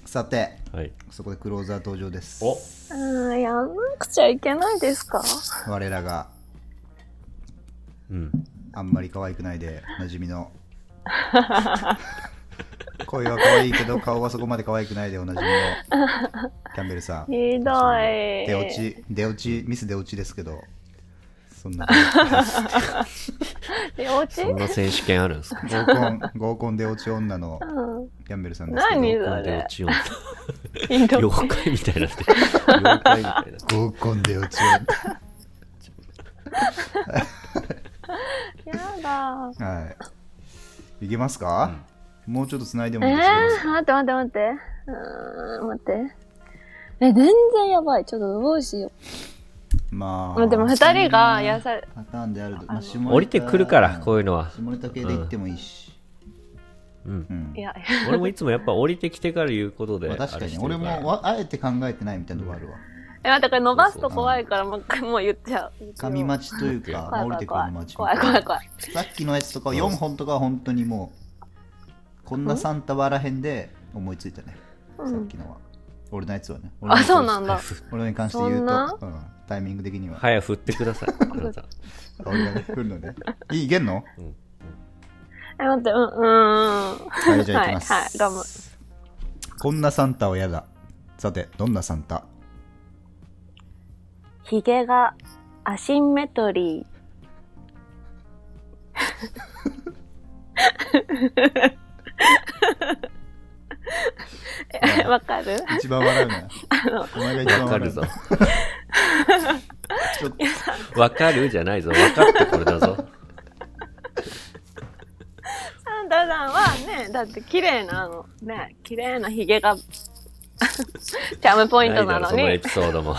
Speaker 2: さて
Speaker 1: え。はい。
Speaker 2: そこでクローザー登場です
Speaker 1: お
Speaker 3: うんやんなくちゃいけないですか
Speaker 2: 我らが
Speaker 1: うん。
Speaker 2: あんまり可愛くないでおなじみ
Speaker 3: *laughs*
Speaker 2: の声は可愛いけど顔はそこまで可愛くないでおなじみのキャンベルさん
Speaker 3: ひどい
Speaker 2: 出落ち出落ちミス出落ちですけどそんな感じ
Speaker 3: 出落ち
Speaker 1: そんな選手権あるんです *laughs* か
Speaker 2: 合コン *laughs* 合コン出落ち女の
Speaker 3: うん
Speaker 2: キャンベルさんです
Speaker 3: 何
Speaker 2: け
Speaker 3: そ
Speaker 1: で
Speaker 3: れ
Speaker 1: 落 *laughs* ちよう
Speaker 2: *laughs*
Speaker 3: ひどい
Speaker 1: 妖怪みたいにな *laughs* ってる。妖怪みたいになってる。
Speaker 2: ど合コン出落ち女
Speaker 3: やだ
Speaker 2: はい。いけますか、もうちょっと繋いでも
Speaker 3: え
Speaker 2: いいですよ。
Speaker 3: ー、待って待って待って。うーん、待って。え、全然やばい。ちょっとどうしよ
Speaker 2: ま
Speaker 3: う。
Speaker 2: あ。
Speaker 3: でも二人がやさ、
Speaker 2: パターンであると。まあ、下ネタ
Speaker 1: 降りてくるから、こういうのは。
Speaker 2: 下ネタ系で言ってもいいし。
Speaker 1: うん。
Speaker 2: うん
Speaker 3: い。や、
Speaker 1: 俺もいつもやっぱ降りてきてから言うことで。
Speaker 2: まあ、確かに、
Speaker 1: あれ
Speaker 2: 俺
Speaker 1: してるら
Speaker 2: もわあえて考えてないみたいなとこあるわ。
Speaker 3: え、待って、これ伸ばすと怖いから、もう一回もう言っちゃう。
Speaker 2: 神
Speaker 3: ま
Speaker 2: 待ちというか、降
Speaker 3: 怖い
Speaker 2: り
Speaker 3: 怖
Speaker 2: てくる
Speaker 3: い怖
Speaker 2: の
Speaker 3: い
Speaker 2: 待。ちみ
Speaker 3: 怖
Speaker 2: たい
Speaker 3: い
Speaker 2: な
Speaker 3: 怖い怖い。
Speaker 2: さっきのやつとか4本とかは本当にもう、こんなサンタワらへんで思いついたね。さ
Speaker 3: うん
Speaker 2: っきのは。俺のやつはね。
Speaker 3: あ、そうな
Speaker 2: *laughs*
Speaker 3: んんだ。
Speaker 2: 俺のに関して言
Speaker 3: そん
Speaker 2: う
Speaker 3: な
Speaker 2: と、うん、タイミング的には。
Speaker 1: 早く振ってください。あなた。
Speaker 2: 俺がね来るのね。 *laughs* いい、いけんの
Speaker 3: え、待って、うん、うー
Speaker 2: は
Speaker 3: ん。
Speaker 2: い、じゃあ行きます。
Speaker 3: はい、はい、頑張る。
Speaker 2: こんなサンタは嫌だ。さて、どんなサンタ
Speaker 3: ヒゲがアシンメトリー。 *laughs* えわかる
Speaker 2: 一番笑うな。お前が一番
Speaker 1: *laughs* わかる
Speaker 2: 笑う
Speaker 1: ぞ
Speaker 2: な。。ちょっと
Speaker 1: わかるじゃないぞ。わかってこれだぞ。 *laughs*
Speaker 3: サンタさんはね、だって綺麗なあの、ね、綺麗なヒゲが、 *laughs* チャームポイントなの
Speaker 1: いだろそのエ
Speaker 3: に、
Speaker 1: ピソードも。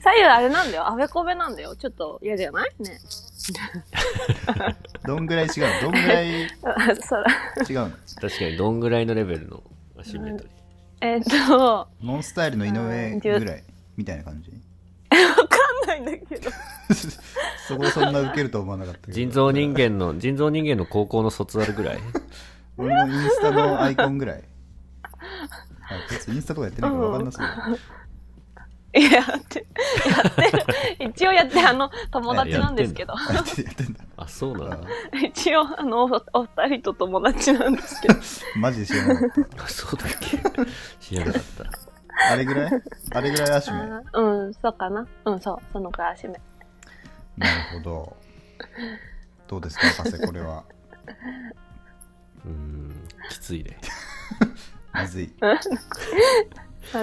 Speaker 3: 左右あれなんだよ、あべこべなんだよ。ちょっと嫌じゃないね。
Speaker 2: どんぐらい違うどんぐらい違う
Speaker 3: あそら、
Speaker 2: の
Speaker 1: 確かに、どんぐらいのレベルのアシンメトリー。
Speaker 3: *laughs* えっと、わ
Speaker 2: ノンスタイルの井上ぐらいみたいな感じ。 *laughs*
Speaker 3: かんないんだけど。
Speaker 2: そこでそんなウケると思わなかったけど。
Speaker 1: 人造人間の、人造人間の高校の卒アルぐらい。
Speaker 2: 俺のインスタのアイコンぐらい。あこいつインスタとかやってないからわかんなそう
Speaker 3: *laughs*
Speaker 2: だ。
Speaker 3: いや、やって、やってる。 *laughs* 一応やって、あの、友達なんですけど。
Speaker 2: あやってやってんだ。
Speaker 1: あ、そうなんだ。
Speaker 3: *laughs* 一応、あの、おお二人と友達なんですけど。
Speaker 2: マジで知らなかった。
Speaker 1: あそうだっけ知らなかった。
Speaker 2: あれぐ
Speaker 3: *laughs*
Speaker 2: らいあれぐらい足目。なる
Speaker 3: うん、そうかな。うん、そう。そのくらい足目。
Speaker 2: ほど。どうですか、博士、これは。
Speaker 1: うーん、きついね。
Speaker 2: まずい。
Speaker 3: ま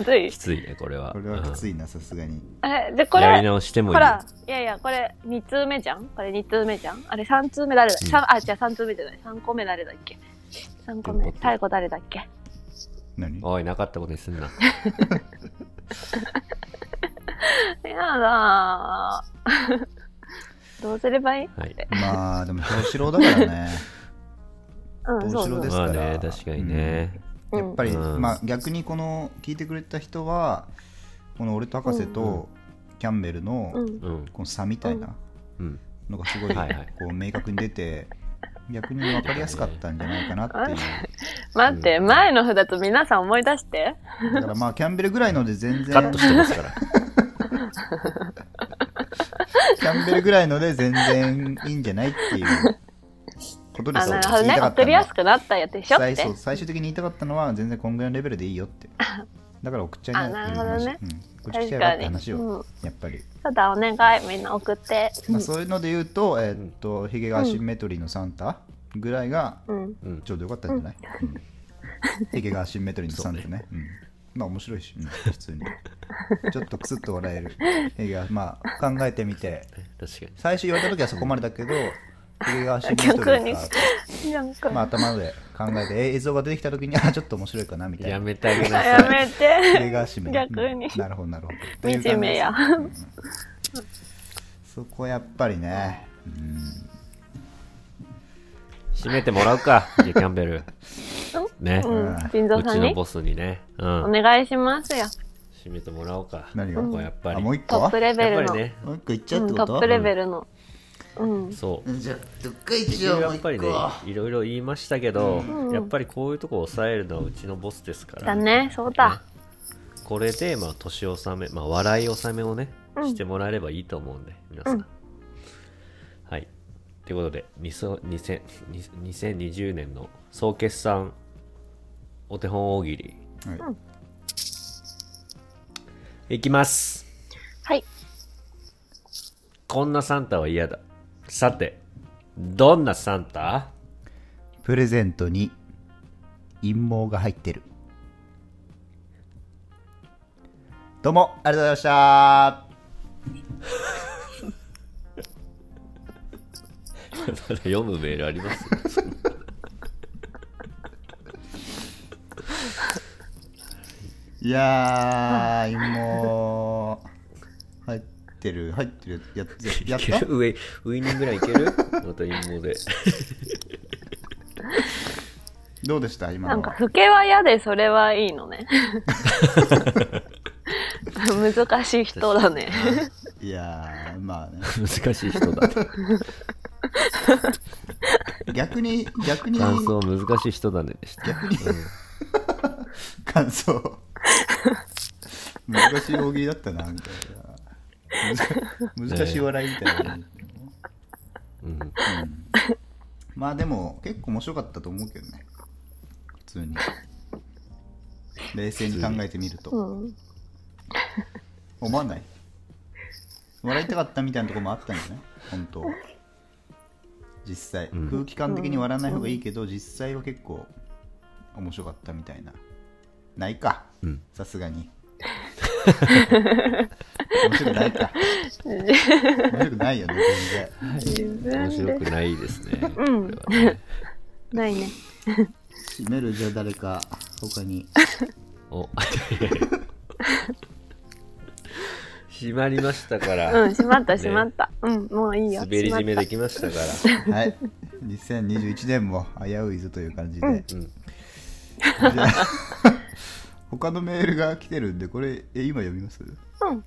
Speaker 3: ずい
Speaker 1: き。ついね、これは。
Speaker 2: これはきつ
Speaker 1: い。
Speaker 2: いな、さすがに。
Speaker 3: え、で、これ、
Speaker 1: やり直してもいい
Speaker 3: ほ。ら、いやいや、これ2通目じゃんこれ2通目じゃんあれ3通目誰だ、
Speaker 1: うん
Speaker 3: 三あ、じゃあ3通目じゃない。3個目誰だっけ ?3 個
Speaker 1: どうい
Speaker 3: 目
Speaker 1: うこ。と
Speaker 3: 最後誰だっけ
Speaker 2: 何
Speaker 1: おい、なかったことにすんな。
Speaker 3: やだー *laughs* どうすればいい
Speaker 1: はい。
Speaker 2: まあでも東郎だからね
Speaker 3: うん、そう
Speaker 2: ど
Speaker 3: そう
Speaker 2: しろ
Speaker 3: う。
Speaker 2: です
Speaker 1: ま
Speaker 2: か
Speaker 1: あ
Speaker 2: ら
Speaker 1: ね、確かにね。
Speaker 3: *laughs* うん
Speaker 2: やっぱり、
Speaker 1: うん
Speaker 2: まあ逆にこの聞いてくれた人はこの俺と博士とキャンベルの
Speaker 3: うん。
Speaker 1: うん。
Speaker 2: この差みたいな
Speaker 1: うん。
Speaker 2: のがすごい
Speaker 1: はいはい
Speaker 2: こう明確に出て逆に分かりやすかったんじゃないかなっていう
Speaker 3: 待って、
Speaker 1: うん
Speaker 3: 前の2つ皆さん思い出して。
Speaker 2: だからまあキャンベルぐらいので全
Speaker 1: カッ
Speaker 2: 然
Speaker 1: トしてますから。
Speaker 2: キャンベルぐらいので全然いいんじゃないっていうことで
Speaker 3: あ、
Speaker 2: す
Speaker 3: な
Speaker 2: よ
Speaker 3: るほど
Speaker 2: 言い
Speaker 3: ね。
Speaker 2: たか
Speaker 3: わ
Speaker 2: っ
Speaker 3: か
Speaker 2: た
Speaker 3: り
Speaker 2: のは
Speaker 3: やすくなったやつでしょっ
Speaker 2: 最
Speaker 3: て *laughs*
Speaker 2: そう。最終的に言いたかったのは全然こんぐらいのレベルでいいよってだから送っちゃいなよっていう
Speaker 3: あなるほどね
Speaker 2: 話うんこっち来
Speaker 3: 確
Speaker 2: たよっ
Speaker 3: か
Speaker 2: て
Speaker 3: に。
Speaker 2: 話を、
Speaker 3: うん。
Speaker 2: やっぱり、
Speaker 3: ただお願い、みんな送って。
Speaker 2: まあ、そういうので言うと、えーっとヒゲがアシンメトリーのサンタぐらいが
Speaker 3: うん。
Speaker 1: うん
Speaker 2: ちょうどよかったんじゃない、うんヒゲがアシンメトリーのサンタねうんまあ面白いし、うん普通にちょっとクスッと笑えるヒゲがまあ考えてみて
Speaker 1: 確かに。
Speaker 2: 最初言われた時はそこまでだ
Speaker 3: *laughs*
Speaker 2: けどヒゲがアシンメトリ
Speaker 3: 逆
Speaker 2: ー
Speaker 3: に
Speaker 2: が。
Speaker 3: なんか、
Speaker 2: まあ、頭で考えてえ映像が出てきた時にあちょっと面白いかなみたい
Speaker 1: や
Speaker 2: な。
Speaker 1: めてあげな
Speaker 3: や
Speaker 1: さい。
Speaker 3: めて。
Speaker 2: 映画締め
Speaker 3: 逆に
Speaker 2: うんなるほどなるほど
Speaker 3: 惨めや
Speaker 2: っていう感じですうんそこやっぱりねうん
Speaker 1: 締めてもらうか、じゃあキャンベル。ね。
Speaker 3: う。
Speaker 1: うん
Speaker 3: 人造さ
Speaker 1: ち
Speaker 3: ん
Speaker 1: の
Speaker 3: に
Speaker 1: ボスにね。うん。
Speaker 3: *laughs* お願いしますよ。
Speaker 1: 締めてもらおうか。
Speaker 2: 何が
Speaker 1: ここはやっぱ
Speaker 2: あ
Speaker 1: り。
Speaker 2: もう
Speaker 1: やっ
Speaker 2: 一個
Speaker 3: トッ
Speaker 2: は
Speaker 3: プレベ
Speaker 1: ぱ
Speaker 3: ル
Speaker 1: り
Speaker 3: の。
Speaker 1: ね。
Speaker 2: もう一個いっちゃうって
Speaker 3: うん
Speaker 2: こ
Speaker 3: ト
Speaker 2: と、
Speaker 3: ップレベルの。うん。
Speaker 1: そう。
Speaker 4: じゃあどっか行
Speaker 1: 結
Speaker 4: きよ
Speaker 1: 局
Speaker 4: う
Speaker 1: や
Speaker 4: もう
Speaker 1: っ
Speaker 4: 一個
Speaker 1: ぱりね、いろいろ言いましたけど、
Speaker 3: ん
Speaker 1: やっぱりこういうとこ抑えるのはうちのボスですから。
Speaker 3: だね、そうだ。
Speaker 1: これで、まあ、年納め、まあ、笑い納めをね、
Speaker 3: うん
Speaker 1: してもらえればいいと思うんで、皆さん。
Speaker 3: うん
Speaker 1: はい。ということで、にそ2000 2020年の総決算お手本大喜利、
Speaker 2: はい
Speaker 1: いきます。
Speaker 3: はい。
Speaker 1: こんなサンタは嫌だ。さて、どんなサンタ *laughs*
Speaker 2: プレゼントに陰謀が入ってるどうもありがとうございました
Speaker 1: まだ読むメールあります
Speaker 2: いやー陰謀入ってる入ってるややや
Speaker 3: *laughs*
Speaker 2: った
Speaker 1: ウイウイニングぐらいいけるまた陰謀
Speaker 2: *laughs*
Speaker 1: で。
Speaker 2: どうでした今
Speaker 3: な
Speaker 2: の
Speaker 3: んか、
Speaker 2: は
Speaker 3: 老けは嫌で、それはいいのね。難しい人だね。
Speaker 2: いやーまあね
Speaker 1: 難しい人だ。 *laughs*
Speaker 2: 逆に逆に
Speaker 1: 感想難しい人だねでした。
Speaker 2: *laughs* 感想難しい大喜利だったなみたいな難難しい笑いみたいな、
Speaker 1: うん
Speaker 2: うんまあでも結構面白かったと思うけどね普通に冷静に考えてみる
Speaker 3: う
Speaker 2: と
Speaker 3: ん。
Speaker 2: 思わない笑いたかったみたいなとこもあったんじゃない本当は実際、
Speaker 1: うん
Speaker 2: 空気感的に笑わない方がいいけど、実際は結構面白かったみたいなないか
Speaker 1: うん
Speaker 2: さす
Speaker 1: *laughs*
Speaker 2: がに面白くないか面白くないよね全
Speaker 3: 自
Speaker 1: 面
Speaker 3: 分
Speaker 1: 白
Speaker 3: で。
Speaker 1: くないですね。
Speaker 3: うん
Speaker 1: これはね
Speaker 3: ないね。
Speaker 2: 然締めるじゃあ誰か他に
Speaker 1: お *laughs* 閉まりましたから、
Speaker 3: うん、しまった、
Speaker 1: ね
Speaker 3: しまった。うん、もういい
Speaker 1: *laughs*
Speaker 3: よ。
Speaker 1: 滑り
Speaker 3: しま
Speaker 1: 締
Speaker 3: った
Speaker 1: めできましたから。
Speaker 2: はい2021年も危ういぞという感じで、
Speaker 1: うん
Speaker 2: じゃあ *laughs* 他のメールが来てるんでこれえ今読みます
Speaker 3: うん。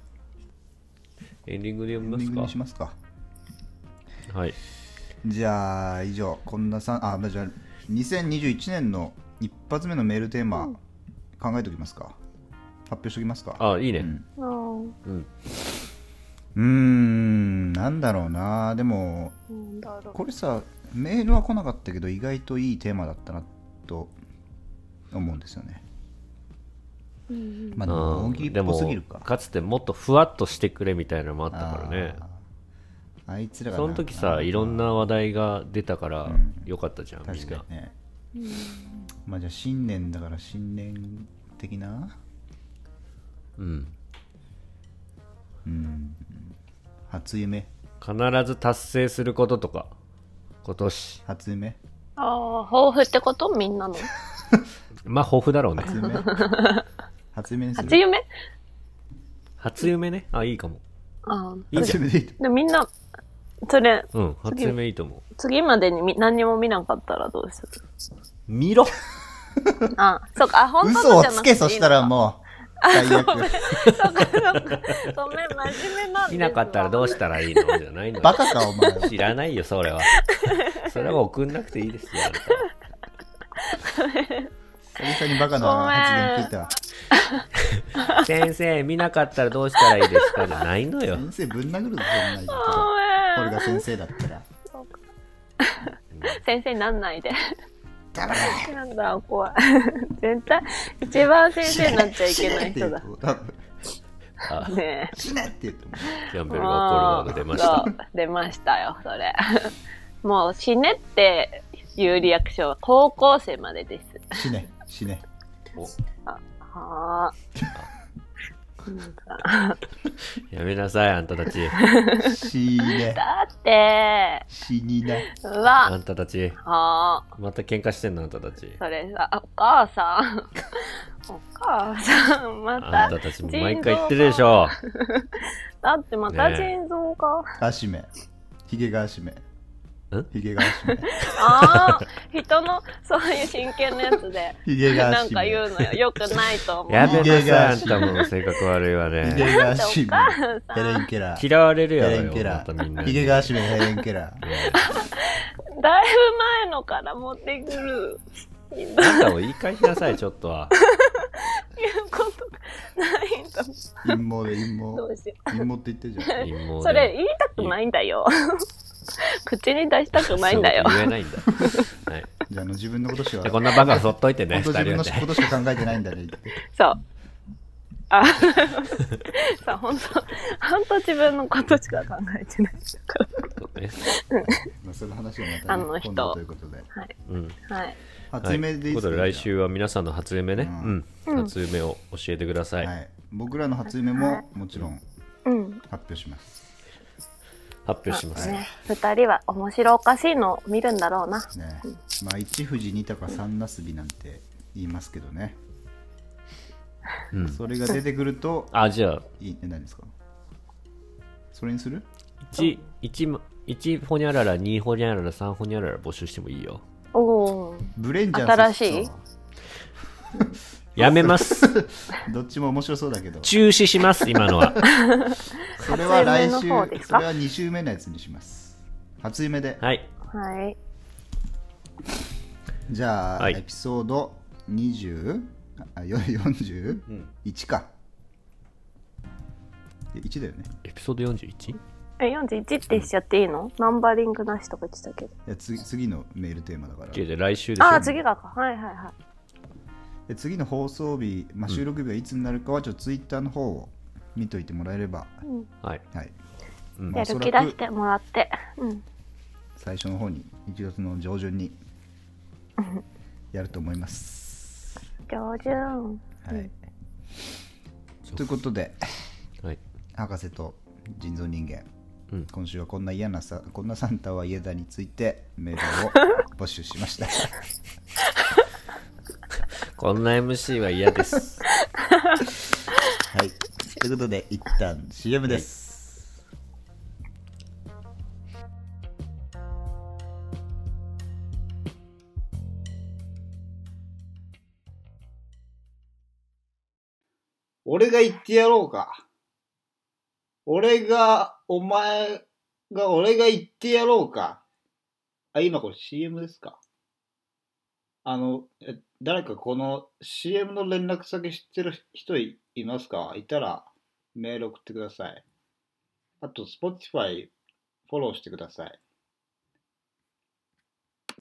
Speaker 1: エンディングで
Speaker 2: エンデ
Speaker 1: 読
Speaker 2: ィ
Speaker 1: み
Speaker 2: ング
Speaker 1: ま
Speaker 2: にし
Speaker 1: す
Speaker 2: ますか
Speaker 1: か。はい。
Speaker 2: じゃあ以上こんなさんあまあじゃあ2021年の一発目のメールテーマ、考えておきますか発表しておきますか
Speaker 1: あ、いいね
Speaker 2: ん。
Speaker 3: うん
Speaker 1: うん。
Speaker 2: うーんなんだろうなでも
Speaker 3: なんだろ
Speaker 2: これさメールは来なかったけど意外といいテーマだったなと思うんですよね
Speaker 3: う。うん
Speaker 2: まあでも
Speaker 1: う
Speaker 2: 大
Speaker 1: ん
Speaker 2: 喜利
Speaker 1: で
Speaker 2: っぽ
Speaker 1: も
Speaker 2: すぎるか
Speaker 1: かつてもっとふわっとしてくれみたいなのもあったからね
Speaker 2: あーあいつらが
Speaker 1: その時さいろん
Speaker 2: な
Speaker 1: な話題が出たから
Speaker 2: ん
Speaker 1: よかったじゃん、み
Speaker 2: 確
Speaker 1: ん
Speaker 2: か
Speaker 1: な
Speaker 2: にねまあじゃあ新年だから新年的な
Speaker 1: うん
Speaker 2: うん初夢
Speaker 1: 必ず達成することとか今年
Speaker 2: 初夢
Speaker 3: ああ、抱負ってことみんなの。
Speaker 1: まあ抱負だろうね
Speaker 2: 初夢
Speaker 3: *laughs*
Speaker 2: 初夢です
Speaker 3: 初夢
Speaker 1: 初夢ねあいいかも
Speaker 3: あ
Speaker 1: いいじゃん
Speaker 2: 夢でいいと
Speaker 3: あ。で、みんな、それ、
Speaker 1: うん初夢いいと思う
Speaker 3: 次までにみ何にも見なかったらどうする
Speaker 1: 見ろ
Speaker 3: あ、そうか、あ、本当
Speaker 2: 嘘
Speaker 3: の
Speaker 2: を
Speaker 3: じゃな
Speaker 2: つ
Speaker 3: くて
Speaker 2: け
Speaker 3: いいの
Speaker 2: そ
Speaker 3: か
Speaker 2: したらもう最悪
Speaker 3: そうか、そうか。ごめん、真面目なんですわ
Speaker 1: 見なかったらどうしたらいいのじゃないの
Speaker 2: *laughs* バカかお前
Speaker 1: 知らないよそれはそれは送んなくていいですよあな
Speaker 2: 久々にバカな発言聞いたわ
Speaker 1: たは先生見なかったらどうしたらいいですかじゃないのよ
Speaker 2: 先生ぶん殴るぞそんな
Speaker 3: *laughs* ご
Speaker 2: こ
Speaker 3: めん
Speaker 2: 俺が先生だったら
Speaker 3: 先生になんないで。なんだ、 *laughs*
Speaker 1: *laughs*
Speaker 3: 怖い。絶対、一番先生になっちゃいけない人だ。
Speaker 2: 多分
Speaker 1: あ
Speaker 3: ねえ。
Speaker 2: 死ねって言っても
Speaker 1: キャンベルが怒るワード出ました。
Speaker 3: そう出ましたよ、それ。もう死ねっていうリアクションは高校生までです。
Speaker 2: 死ね死
Speaker 3: *laughs*
Speaker 2: ね
Speaker 1: お
Speaker 3: はあ。
Speaker 1: やめなさい、あんたたち。
Speaker 2: 死ね
Speaker 3: だって、
Speaker 2: 死にな
Speaker 3: う
Speaker 1: あ
Speaker 3: わ、
Speaker 1: んたたち。
Speaker 3: はあ。
Speaker 1: また喧嘩してんの、あんたたち。
Speaker 3: それさ、お母さ *laughs* ん。お母さん、ま
Speaker 1: あ
Speaker 3: た
Speaker 1: ん、たたちも毎回言ってるでしょ。
Speaker 3: だってまた
Speaker 1: ね
Speaker 3: 腎臓が。
Speaker 2: 足目ひげが足目ひげが足目
Speaker 3: ああ、人のそういう真剣なやつで、
Speaker 2: ひげが
Speaker 3: なん
Speaker 2: 足
Speaker 3: か
Speaker 2: 目
Speaker 3: 言うのよ。よくないと思う。
Speaker 1: やめ
Speaker 2: べ
Speaker 1: なさい、あんたも性格悪いわ
Speaker 2: ひ
Speaker 1: ね。
Speaker 2: げが足目
Speaker 3: 母さん
Speaker 2: ヘレンケラー
Speaker 1: *laughs* 嫌われる
Speaker 2: ヘ
Speaker 1: や
Speaker 2: レン
Speaker 1: ろ
Speaker 2: ケ
Speaker 1: よ、ま
Speaker 2: ラ
Speaker 1: たみんな
Speaker 2: ー
Speaker 1: に。
Speaker 2: ひげが足目ヘレンケラー
Speaker 1: ね
Speaker 3: だいぶ前のから持ってくる。という
Speaker 1: あんたを言い返しなさい、ちょっと
Speaker 2: *laughs*
Speaker 1: は。
Speaker 3: ことがないんだ
Speaker 2: 陰謀で陰
Speaker 3: ど
Speaker 2: 謀
Speaker 3: うしよ
Speaker 2: 陰謀って言ってるじゃん
Speaker 1: 陰謀
Speaker 3: う。
Speaker 1: で
Speaker 3: それ言いたくないんだよ。 *laughs* 口に出したくないんだよ
Speaker 1: そう。言えないんだ。はい。
Speaker 2: じゃああの自分のことしか
Speaker 1: じゃあこんなバカそっといてね、
Speaker 2: 本当
Speaker 1: 二
Speaker 2: 自分
Speaker 1: 人
Speaker 2: の
Speaker 1: は
Speaker 2: こ
Speaker 1: ね。
Speaker 2: としか考えてないんだねって
Speaker 3: そう。あ、さ本当本当自分のことしか考えてないから。
Speaker 1: そうね
Speaker 2: まあその話を
Speaker 3: あ
Speaker 2: ま
Speaker 3: の
Speaker 2: た
Speaker 3: 人
Speaker 2: 今度ということで
Speaker 1: うん。
Speaker 3: はい。
Speaker 1: はい、
Speaker 2: 初
Speaker 1: と
Speaker 2: 夢
Speaker 1: い
Speaker 2: でいいうで
Speaker 1: こ
Speaker 2: す
Speaker 1: と
Speaker 2: か
Speaker 1: で、来週は皆さんの初夢ね、うん、
Speaker 3: うん
Speaker 1: 初夢を教えてください。
Speaker 2: はい、僕らの初夢ももちろん
Speaker 3: うん。
Speaker 2: 発表します。
Speaker 1: 発表します。
Speaker 3: ね、二人は面白おかしいのを見るんだろうな。
Speaker 2: ね、まあ一富士二鷹三なすびなんて言いますけどね、
Speaker 1: うん。
Speaker 2: それが出てくると
Speaker 1: あ、じゃあ、
Speaker 2: いいね何ですか。それにする？
Speaker 1: 1、一一ほにゃらら、2ほにゃらら、3ほにゃらら募集してもいいよ。
Speaker 3: おおー。
Speaker 2: ブレンジャー
Speaker 3: 新しい
Speaker 2: そう
Speaker 1: やめ
Speaker 2: *laughs*
Speaker 1: ます。
Speaker 2: どっちも面白そうだけど、
Speaker 1: 中止します、今のは。
Speaker 2: それは来週、
Speaker 3: 初夢の方です
Speaker 2: そ
Speaker 3: か
Speaker 2: れは二週目のやつにします。初夢で、
Speaker 1: はい。
Speaker 3: はい。
Speaker 2: じゃあ、
Speaker 1: はい
Speaker 2: エピソード二十、あよ四十一か。一だよね。
Speaker 1: エピソード 41?
Speaker 3: え、41ってしちゃっていいのナンバリングなしとか言ってたけど。
Speaker 2: いや次次のメールテーマだから。
Speaker 1: じゃあ来週でしょ。
Speaker 3: ああ、次がか。はいはいは
Speaker 2: で次の放送日、まあ、収録日がいつになるかはちょっとツイッターの方を見といてもらえれば、
Speaker 1: はい。
Speaker 2: はい
Speaker 1: うん
Speaker 3: い。や
Speaker 2: おそ
Speaker 3: る
Speaker 2: ら
Speaker 3: 気出
Speaker 2: く
Speaker 3: してもらって。うん。
Speaker 2: 最初の方に1月の上
Speaker 3: *laughs*
Speaker 2: 旬にやると思います、
Speaker 3: 上旬。
Speaker 2: はい、ということで
Speaker 1: はい。
Speaker 2: 博士と人造人間、
Speaker 1: うん
Speaker 2: 今週はこんな嫌なさこんなサンタは嫌だについてメー *laughs* ルを募集しました
Speaker 1: こんな MC は嫌です。
Speaker 2: はいということで一旦 CM です、
Speaker 4: 俺が言ってやろうか。俺が、お前が、俺が言ってやろうか。あ、今これ CM ですかあの、え誰かこの CM の連絡先知ってる人いいますかいたらメール送ってください。あと、Spotify フォローしてください。